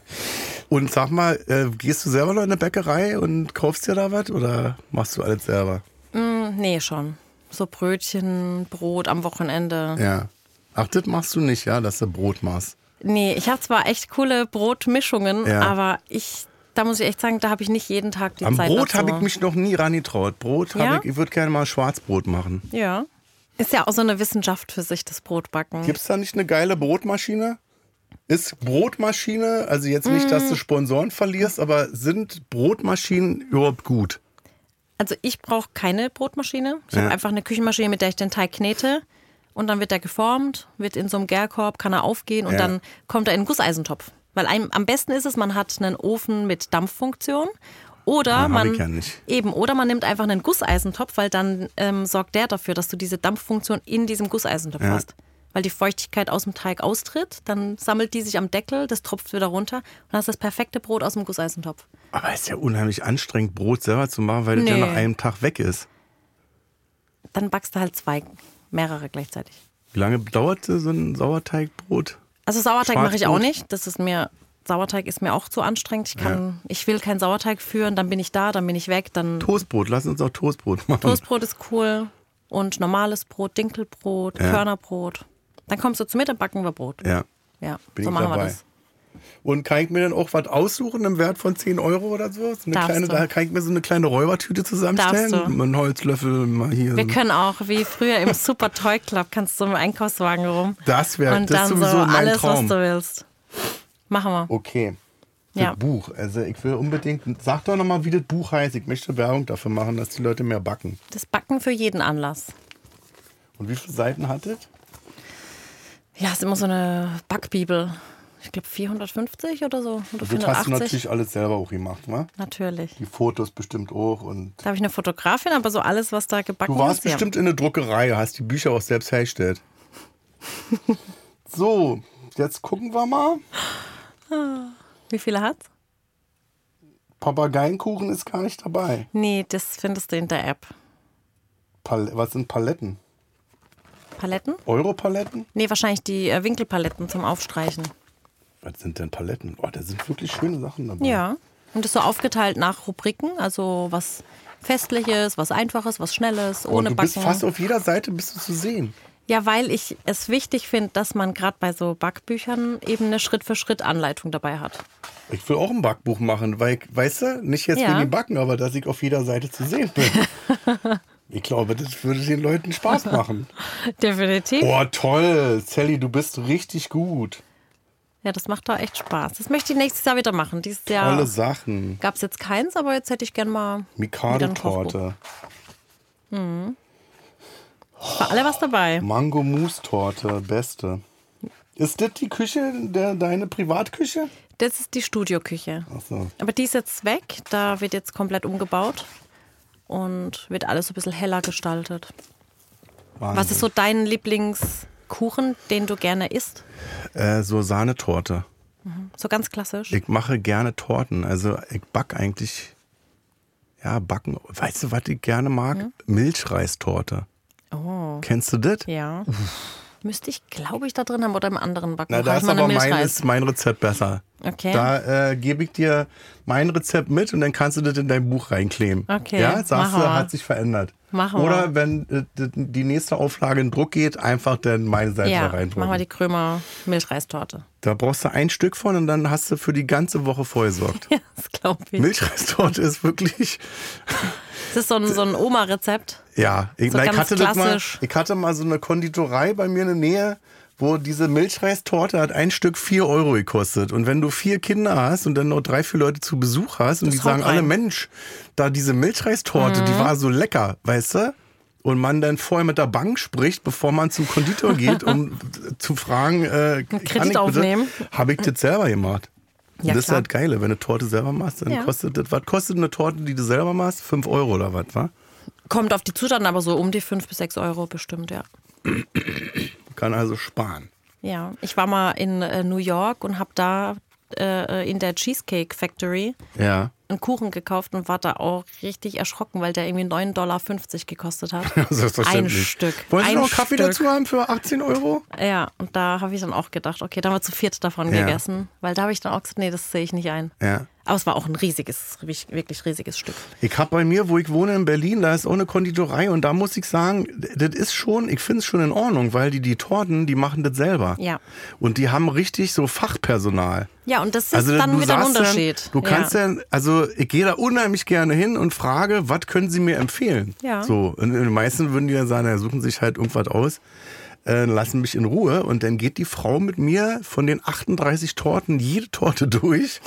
S2: und sag mal, äh, gehst du selber noch in eine Bäckerei und kaufst dir da was oder machst du alles selber?
S3: Hm, Nee, schon. So Brötchen, Brot am Wochenende.
S2: Ja. Ach, das machst du nicht, ja, dass du Brot machst.
S3: Nee, ich habe zwar echt coole Brotmischungen,
S2: Ja.
S3: aber ich, da muss ich echt sagen, da habe ich nicht jeden Tag die
S2: Am
S3: Zeit.
S2: Brot
S3: dazu.
S2: habe ich mich noch nie rangetraut. Brot habe
S3: Ja?
S2: ich, ich würde gerne mal Schwarzbrot machen.
S3: Ja. Ist ja auch so eine Wissenschaft für sich, das Brotbacken.
S2: Gibt es da nicht eine geile Brotmaschine? Ist Brotmaschine, also jetzt
S3: Mm.
S2: nicht, dass du Sponsoren verlierst, aber sind Brotmaschinen überhaupt gut?
S3: Also ich brauche keine Brotmaschine. Ich
S2: Ja.
S3: habe einfach eine Küchenmaschine, mit der ich den Teig knete. Und dann wird der geformt, wird in so einem Gärkorb, kann er aufgehen und
S2: Ja.
S3: dann kommt er in einen Gusseisentopf. Weil einem, am besten ist es, man hat einen Ofen mit Dampffunktion. Oder
S2: Ah, hab
S3: man
S2: ich ja nicht.
S3: eben oder man nimmt einfach einen Gusseisentopf, weil dann ähm, sorgt der dafür, dass du diese Dampffunktion in diesem Gusseisentopf
S2: Ja.
S3: hast, weil die Feuchtigkeit aus dem Teig austritt, dann sammelt die sich am Deckel, das tropft wieder runter und hast das perfekte Brot aus dem Gusseisentopf.
S2: Aber ist ja unheimlich anstrengend, Brot selber zu machen, weil das ja
S3: Nee.
S2: nach einem Tag weg ist.
S3: Dann backst du halt zwei, mehrere gleichzeitig.
S2: Wie lange dauerte so ein Sauerteigbrot?
S3: Also Sauerteig mache ich auch
S2: Schwarzbrot.
S3: nicht. Das ist mir Sauerteig ist mir auch zu anstrengend. Ich kann, ich will keinen Sauerteig führen. Dann bin ich da, dann bin ich weg. Dann
S2: Toastbrot, lass uns auch Toastbrot machen.
S3: Toastbrot ist cool und normales Brot, Dinkelbrot,
S2: Ja.
S3: Körnerbrot. Dann kommst du zu mir, dann backen wir Brot.
S2: Ja.
S3: Ja,
S2: Bin
S3: so
S2: ich
S3: machen
S2: dabei.
S3: wir das.
S2: Und kann ich mir dann auch was aussuchen im Wert von 10 Euro oder so? So eine
S3: Darfst
S2: kleine,
S3: du.
S2: da kann ich mir so eine kleine Räubertüte zusammenstellen.
S3: Darfst du.
S2: Mit einem Holzlöffel mal hier.
S3: Wir können auch, wie früher im Super Toy Club, kannst du im Einkaufswagen rum.
S2: Das wär-
S3: Und
S2: das ist
S3: dann
S2: sowieso
S3: so
S2: mein
S3: alles,
S2: Traum.
S3: was du willst. Machen wir.
S2: okay. Das
S3: Ja.
S2: Buch. Also ich will unbedingt. Sag doch nochmal, wie das Buch heißt. Ich möchte Werbung dafür machen, dass die Leute mehr backen.
S3: Das Backen für jeden Anlass.
S2: Und wie viele Seiten hat es?
S3: Ja, ist immer so eine Backbibel. Ich glaube 450 oder so. Oder
S2: Das hast du
S3: 480.
S2: natürlich alles selber auch gemacht, wa?
S3: Natürlich.
S2: Die Fotos bestimmt auch und
S3: Da habe ich eine Fotografin, aber so alles, was da gebacken
S2: Du warst
S3: ist. ja.
S2: bestimmt in der Druckerei, hast die Bücher auch selbst hergestellt. so, jetzt gucken wir mal.
S3: Wie viele hat's?
S2: Papageienkuchen ist gar nicht dabei.
S3: Nee, das findest du in der App.
S2: Pal was sind Paletten?
S3: Paletten?
S2: Europaletten?
S3: Nee, wahrscheinlich die äh, Winkelpaletten zum Aufstreichen.
S2: Was sind denn Paletten? Oh, da sind wirklich schöne Sachen dabei.
S3: Ja. Und das ist so aufgeteilt nach Rubriken, also was Festliches, was Einfaches, was Schnelles,
S2: Und
S3: ohne
S2: Oh, du bist
S3: Backen.
S2: fast auf jeder Seite bist du zu sehen.
S3: ja, weil ich es wichtig finde, dass man gerade bei so Backbüchern eben eine Schritt-für-Schritt-Anleitung dabei hat.
S2: Ich will auch ein Backbuch machen, weil, ich- weißt du, nicht jetzt
S3: Ja.
S2: wegen dem Backen, aber dass ich auf jeder Seite zu sehen bin. ich glaube, das würde den Leuten Spaß machen.
S3: Definitiv.
S2: Oh, toll. Sally, du bist richtig gut.
S3: Ja, das macht da echt Spaß. Das möchte ich nächstes Jahr wieder machen. Dieses Jahr
S2: Tolle Sachen.
S3: gab es jetzt keins, aber jetzt hätte ich gern mal wieder ein Kochbuch.
S2: Mikado-Torte,
S3: War alle was dabei.
S2: Mango-Mousse-Torte, beste. Ist das die Küche, der, deine Privatküche?
S3: Das ist die Studioküche.
S2: Achso.
S3: Aber die ist jetzt weg. Da wird jetzt komplett umgebaut und wird alles so ein bisschen heller gestaltet.
S2: Ah,
S3: Was ist so dein Lieblingskuchen, den du gerne isst?
S2: Äh, so Sahnetorte.
S3: So ganz klassisch.
S2: Ich mache gerne Torten. Also ich back eigentlich, ja, backen. Weißt du, was ich gerne mag? Milchreistorte.
S3: Oh.
S2: Kennst du das?
S3: Ja. Müsste ich, glaube ich, da drin haben oder im anderen Backen.
S2: Na, da
S3: Halt
S2: ist
S3: mal eine
S2: aber mein,
S3: Milchreis.
S2: ist mein Rezept besser.
S3: Okay.
S2: Da äh, gebe ich dir mein Rezept mit und dann kannst du das in dein Buch reinkleben.
S3: Okay,
S2: Ja, sagst
S3: machen
S2: du,
S3: wir.
S2: hat sich verändert.
S3: Machen wir.
S2: Oder wenn äh, d- die nächste Auflage in Druck geht, einfach dann meine Seite
S3: ja,
S2: da
S3: machen wir
S2: reindrucken.
S3: die Krömer Milchreistorte.
S2: Da brauchst du ein Stück von und dann hast du für die ganze Woche vorgesorgt.
S3: Ja, das glaube ich.
S2: Milchreistorte ist wirklich,
S3: Das ist so ein, so ein Oma-Rezept.
S2: ja. Ich,
S3: So
S2: na, ich,
S3: ganz
S2: hatte das mal,
S3: klassisch.
S2: ich hatte mal so eine Konditorei bei mir in der Nähe, wo diese Milchreistorte hat ein Stück 4 Euro gekostet. Und wenn du vier Kinder hast und dann noch drei, vier Leute zu Besuch hast und die
S3: haut
S2: sagen alle,
S3: rein. Mhm.
S2: Mensch, da diese Milchreistorte, die war so lecker, weißt du? Und man dann vorher mit der Bank spricht, bevor man zum Konditor geht, um zu fragen, äh, kann ich bitte,
S3: aufnehmen?
S2: habe ich das selber gemacht.
S3: Ja,
S2: das ist
S3: klar.
S2: halt Geile, wenn du Torte selber machst, dann
S3: Ja.
S2: kostet das, was kostet eine Torte, die du selber machst? 5 Euro oder was, wa?
S3: Kommt auf die Zutaten, aber so um die 5 bis 6 Euro bestimmt, ja.
S2: Kann also sparen.
S3: Ja, ich war mal in äh, New York und habe da äh, in der Cheesecake Factory
S2: Ja.
S3: einen Kuchen gekauft und war da auch richtig erschrocken, weil der irgendwie 9,50 Dollar gekostet hat.
S2: Also
S3: Ein
S2: Selbstverständlich.
S3: Stück.
S2: Wollen Sie
S3: ein
S2: noch einen Kaffee
S3: Stück.
S2: dazu haben für 18 Euro?
S3: Ja, und da habe ich dann auch gedacht, okay, da haben wir zu viert davon
S2: Ja.
S3: gegessen, weil da habe ich dann auch gesagt, nee, das sehe ich nicht ein.
S2: Ja.
S3: Aber es war auch ein riesiges, wirklich riesiges Stück.
S2: Ich habe bei mir, wo ich wohne in Berlin, da ist auch eine Konditorei und da muss ich sagen, das ist schon, ich finde es schon in Ordnung, weil die die Torten, die machen das selber.
S3: Ja.
S2: Und die haben richtig so Fachpersonal.
S3: Ja, und das ist
S2: Also
S3: dann
S2: du
S3: wieder ein
S2: saßt dann-
S3: Unterschied.
S2: du kannst
S3: ja.
S2: ja. also ich gehe da unheimlich gerne hin und frage, was können Sie mir empfehlen?
S3: Ja.
S2: So, und die meisten würden die dann sagen, ja, suchen sich halt irgendwas aus, äh, lassen mich in Ruhe und dann geht die Frau mit mir von den 38 Torten jede Torte durch.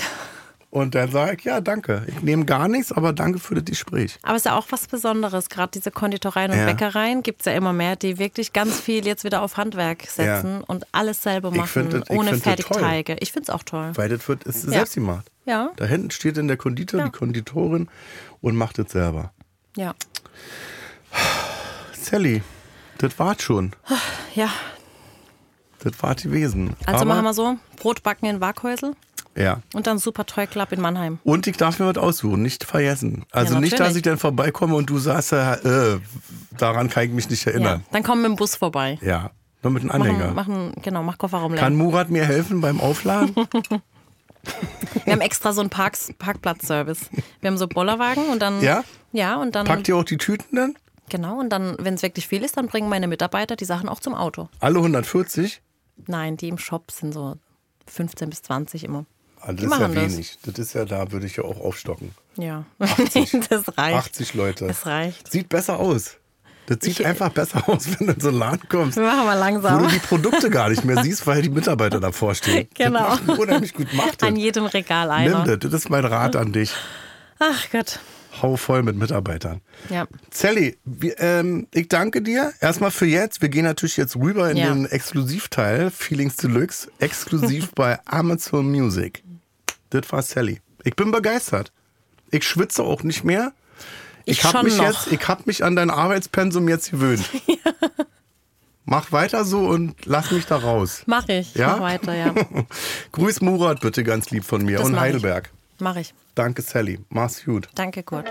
S2: Und dann sage ich, ja, danke. Ich nehme gar nichts, aber danke für das Gespräch.
S3: Aber es ist ja auch was Besonderes. Gerade diese Konditoreien und
S2: Ja.
S3: Bäckereien gibt es ja immer mehr, die wirklich ganz viel jetzt wieder auf Handwerk setzen und alles selber
S2: Ich
S3: machen,
S2: find das- ich
S3: ohne
S2: find das toll.
S3: Fertigteige. Ich finde es auch toll.
S2: Weil das wird ist selbst gemacht.
S3: Ja.
S2: Da hinten steht in der Konditor
S3: Ja.
S2: die Konditorin und macht das selber.
S3: Ja.
S2: Sally, das war's schon.
S3: Ja.
S2: Das war gewesen.
S3: Also
S2: Aber-
S3: machen wir so: Brot backen in Waghäusel
S2: Ja.
S3: und dann Super Toy Club in Mannheim.
S2: Und ich darf mir was aussuchen, nicht vergessen. Also
S3: Ja,
S2: nicht, dass
S3: natürlich.
S2: ich dann vorbeikomme und du sagst, äh, äh, daran kann ich mich nicht
S3: Ja.
S2: erinnern.
S3: Dann kommen wir im Bus vorbei.
S2: Ja, nur mit einem Anhänger.
S3: Machen, machen, genau, mach Kofferraum leer.
S2: Kann Murat mir helfen beim Aufladen?
S3: Wir haben extra so einen Parks, Parkplatzservice. Wir haben so Bollerwagen und dann.
S2: Ja?
S3: Ja, und dann.
S2: Packt ihr auch die Tüten dann?
S3: Genau, und dann, wenn es wirklich viel ist, dann bringen meine Mitarbeiter die Sachen auch zum Auto.
S2: Alle 140?
S3: Nein, die im Shop sind so 15 bis 20 immer.
S2: Ah, das
S3: Die
S2: ist ja
S3: machen das.
S2: wenig. Das. ist ja, da würde ich ja auch aufstocken.
S3: Ja.
S2: 80.
S3: das reicht.
S2: 80 Leute.
S3: Das reicht.
S2: Sieht besser aus. Das sieht einfach besser aus, wenn du in so einen Laden kommst.
S3: Wir machen mal
S2: Wo du
S3: langsam.
S2: die Produkte gar nicht mehr siehst, weil die Mitarbeiter davor stehen.
S3: Genau.
S2: Das macht unheimlich gut. Macht das.
S3: An jedem Regal
S2: Nimm
S3: einer.
S2: das. Das ist mein Rat an dich.
S3: Ach Gott.
S2: Hau voll mit Mitarbeitern.
S3: Ja.
S2: Sally, wir, ähm, ich danke dir erstmal für jetzt. Wir gehen natürlich jetzt rüber in
S3: Ja.
S2: den Exklusivteil Feelings Deluxe, exklusiv bei Amazon Music. Das war Sally. Ich bin begeistert. Ich schwitze auch nicht mehr.
S3: Ich
S2: hab
S3: schon
S2: mich
S3: noch.
S2: jetzt, ich habe mich an dein Arbeitspensum jetzt gewöhnt. Mach weiter so und lass mich da raus.
S3: Mach ich.
S2: Ja?
S3: Mach weiter, ja.
S2: Grüß Murat bitte ganz lieb von mir
S3: Das
S2: und
S3: mach ich.
S2: Heidelberg.
S3: Mach ich.
S2: Danke Sally. Mach's gut.
S3: Danke, Kurt.